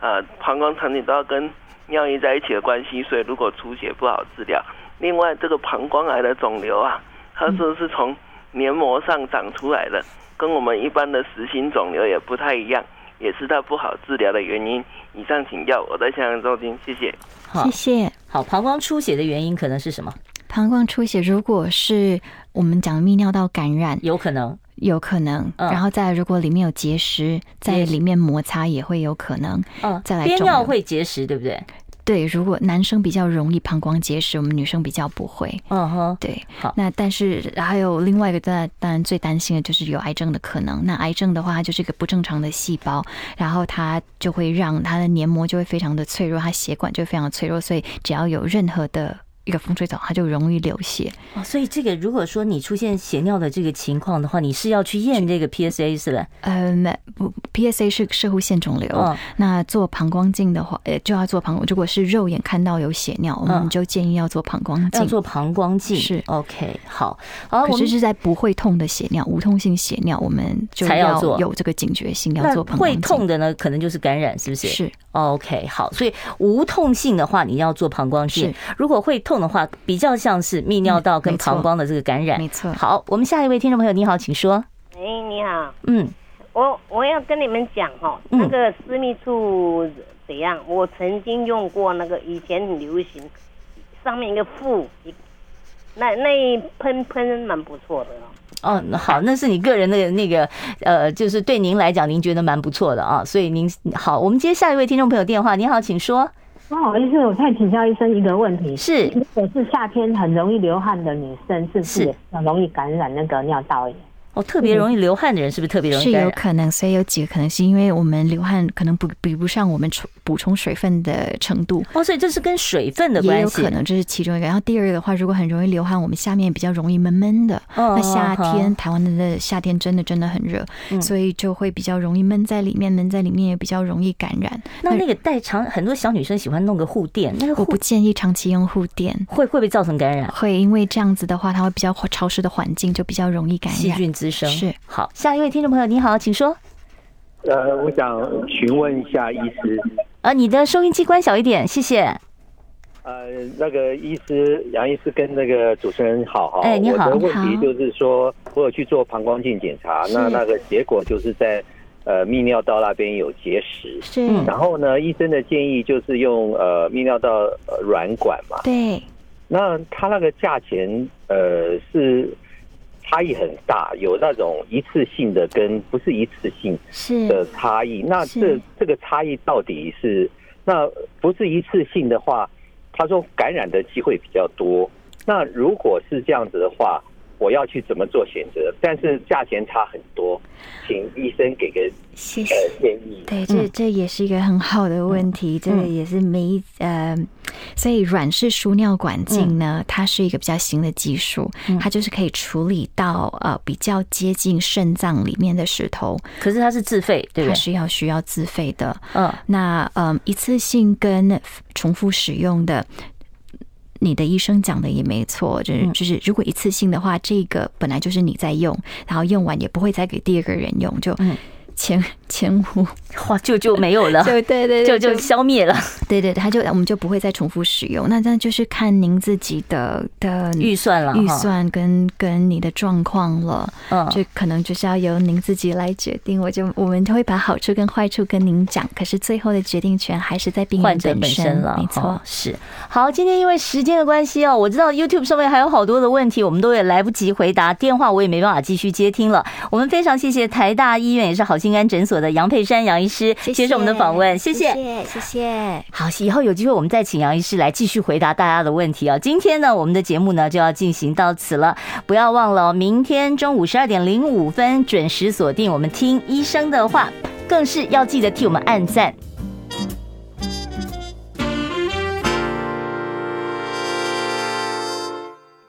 Speaker 13: 呃，膀胱常年都要跟尿液在一起的关系，所以如果出血不好治疗。另外，这个膀胱癌的肿瘤啊，它是不是从黏膜上长出来的，跟我们一般的实心肿瘤也不太一样，也是它不好治疗的原因。以上请教，我在香港中心，谢谢。
Speaker 1: 好，
Speaker 2: 谢谢。
Speaker 1: 好，膀胱出血的原因可能是什么？
Speaker 2: 膀胱出血，如果是我们讲的泌尿道感染，
Speaker 1: 有可能
Speaker 2: 有可能，
Speaker 1: 嗯
Speaker 2: 然后再来如果里面有结石，在
Speaker 1: 结石
Speaker 2: 里面摩擦也会有可能，
Speaker 1: 嗯，
Speaker 2: 再来
Speaker 1: 憋
Speaker 2: 肿
Speaker 1: 尿
Speaker 2: 瘤
Speaker 1: 会结石，对不对？
Speaker 2: 对，如果男生比较容易膀胱结石，我们女生比较不会。
Speaker 1: 嗯哼，
Speaker 2: 对。
Speaker 1: 好，
Speaker 2: 那但是还有另外一个，当然当然最担心的就是有癌症的可能。那癌症的话，它就是一个不正常的细胞，然后它就会让它的黏膜就会非常的脆弱，它血管就会非常地脆弱，所以只要有任何的一个风吹草，它就容易流血。
Speaker 1: 哦，所以这个如果说你出现血尿的这个情况的话，你是要去验这个 PSA 是吧？
Speaker 2: 嗯，不，PSA 是射护腺肿瘤。
Speaker 1: 嗯
Speaker 2: 那做膀胱镜的话，呃，就要做膀胱。如果是肉眼看到有血尿，我
Speaker 1: 嗯
Speaker 2: 们就建议要做膀胱镜。
Speaker 1: 要做膀胱镜
Speaker 2: 是
Speaker 1: OK，好，好，我
Speaker 2: 可
Speaker 1: 们
Speaker 2: 是是在不会痛的血尿、无痛性血尿，我们就
Speaker 1: 才要做
Speaker 2: 有这个警觉性，要
Speaker 1: 那
Speaker 2: 做膀胱
Speaker 1: 会
Speaker 2: 镜
Speaker 1: 痛的呢，可能就是感染，是不是？
Speaker 2: 是。
Speaker 1: OK，好，所以无痛性的话，你要做膀胱镜；如果会痛的话，比较像是泌尿道跟
Speaker 14: 没错
Speaker 1: 膀胱的这个感染。
Speaker 14: 没错
Speaker 1: 好，我们下一位听众朋友，你好，请说。
Speaker 14: 哎，你好，
Speaker 1: 嗯，
Speaker 14: 我我要跟你们讲哦，
Speaker 1: 嗯
Speaker 14: 那个私密处怎样？我曾经用过那个以前很流行，上面一个布，一那那一喷喷蛮不错的哦。
Speaker 1: 哦，那好，那是你个人的那个呃，就是对您来讲，您觉得蛮不错的啊。所以您好，我们接下一位听众朋友电话。你好，请说。
Speaker 6: 不好意思，我想请教医生一个问题：
Speaker 1: 是，
Speaker 6: 如果是夏天很容易流汗的女生，是不是
Speaker 1: 是
Speaker 6: 也很容易感染那个尿道炎？
Speaker 1: 哦，特别容易流汗的人是不是特别容易
Speaker 2: 是
Speaker 1: 感
Speaker 2: 有
Speaker 1: 染？
Speaker 2: 可能，所以有几个可能是因为我们流汗可能不比不上我们充补充水分的程度，
Speaker 1: 哦，所以这是跟水分的
Speaker 2: 也
Speaker 1: 关
Speaker 2: 有
Speaker 1: 系。
Speaker 2: 可能这是其中一个。然后第二个的话，如果很容易流汗，我们下面比较容易闷闷的。
Speaker 1: 哦
Speaker 2: 那夏
Speaker 1: 哦
Speaker 2: 天台湾的夏天真的真的很热，
Speaker 1: 嗯
Speaker 2: 所以就会比较容易闷在里面，闷在里面也比较容易感染。
Speaker 1: 那那个代偿，很多小女生喜欢弄个护垫，那个护
Speaker 2: 我不建议长期用护垫，
Speaker 1: 会会不会造成感染？
Speaker 2: 会因为这样子的话，它会比较潮湿的环境就比较容易感染
Speaker 1: 细菌滋生
Speaker 2: 是
Speaker 1: 好，下一位听众朋友，你好，请说。
Speaker 15: 呃，我想询问一下医师，
Speaker 1: 呃，你的收音机关小一点，谢谢。
Speaker 15: 呃，那个医师杨医师跟那个主持人好哈。
Speaker 1: 哎你好
Speaker 15: 哦我的问题就是说，我有去做膀胱镜检查，
Speaker 1: 是
Speaker 15: 那那个结果就是在呃泌尿道那边有结石。
Speaker 2: 是
Speaker 1: 嗯
Speaker 15: 然后呢，医生的建议就是用呃泌尿道呃软管嘛。
Speaker 2: 对，
Speaker 15: 那它那个价钱呃是差异很大，有那种一次性的跟不是一次性
Speaker 2: 是
Speaker 15: 的差异。那这
Speaker 2: 是
Speaker 15: 这个差异到底是那不是一次性的话，他说感染的机会比较多。那如果是这样子的话，我要去怎么做选择？但是价钱差很多，请医生给个
Speaker 2: 谢
Speaker 15: 呃建议。
Speaker 2: 对，这这也是一个很好的问题，这个也是每一呃，所以软式输尿管镜呢，它是一个比较新的技术，它就是可以处理到呃比较接近肾脏里面的石头，
Speaker 1: 可是它是自费，对不
Speaker 2: 它
Speaker 1: 对？
Speaker 2: 是要需要自费的。
Speaker 1: 嗯，
Speaker 2: 那嗯，一次性跟呃重复使用的。你的医生讲的也没错，就是
Speaker 1: 嗯
Speaker 2: 就是，如果一次性的话，这个本来就是你在用，然后用完也不会再给第二个人用，就前前五
Speaker 1: 哇，嗯 <laughs> 就就没有了，
Speaker 2: <laughs> 就对对对，
Speaker 1: 就就消灭了。
Speaker 2: 对对，对它就我们就不会再重复使用。那那就是看您自己的的
Speaker 1: 预算了哈
Speaker 2: 嗯预算跟跟你的状况了。
Speaker 1: 嗯
Speaker 2: 就可能就是要由您自己来决定。我就我们就会把好处跟坏处跟您讲，可是最后的决定权还是在病
Speaker 1: 患
Speaker 2: 人
Speaker 1: 者本身了，
Speaker 2: 没
Speaker 1: 哈
Speaker 2: 错。
Speaker 1: 是好，今天因为时间的关系哦，我知道 YouTube 上面还有好多的问题，我们都也来不及回答，电话我也没办法继续接听了。我们非常谢谢台大医院也是好心肝诊所的杨佩珊杨医师接受我们的访问，谢谢。
Speaker 2: 谢谢谢。
Speaker 1: 好，以后有机会我们再请杨医师来继续回答大家的问题啊。今天呢，我们的节目呢就要进行到此了，不要忘了哦，明天中午十二点零五分准时锁定我们听医生的话，更是要记得替我们按赞、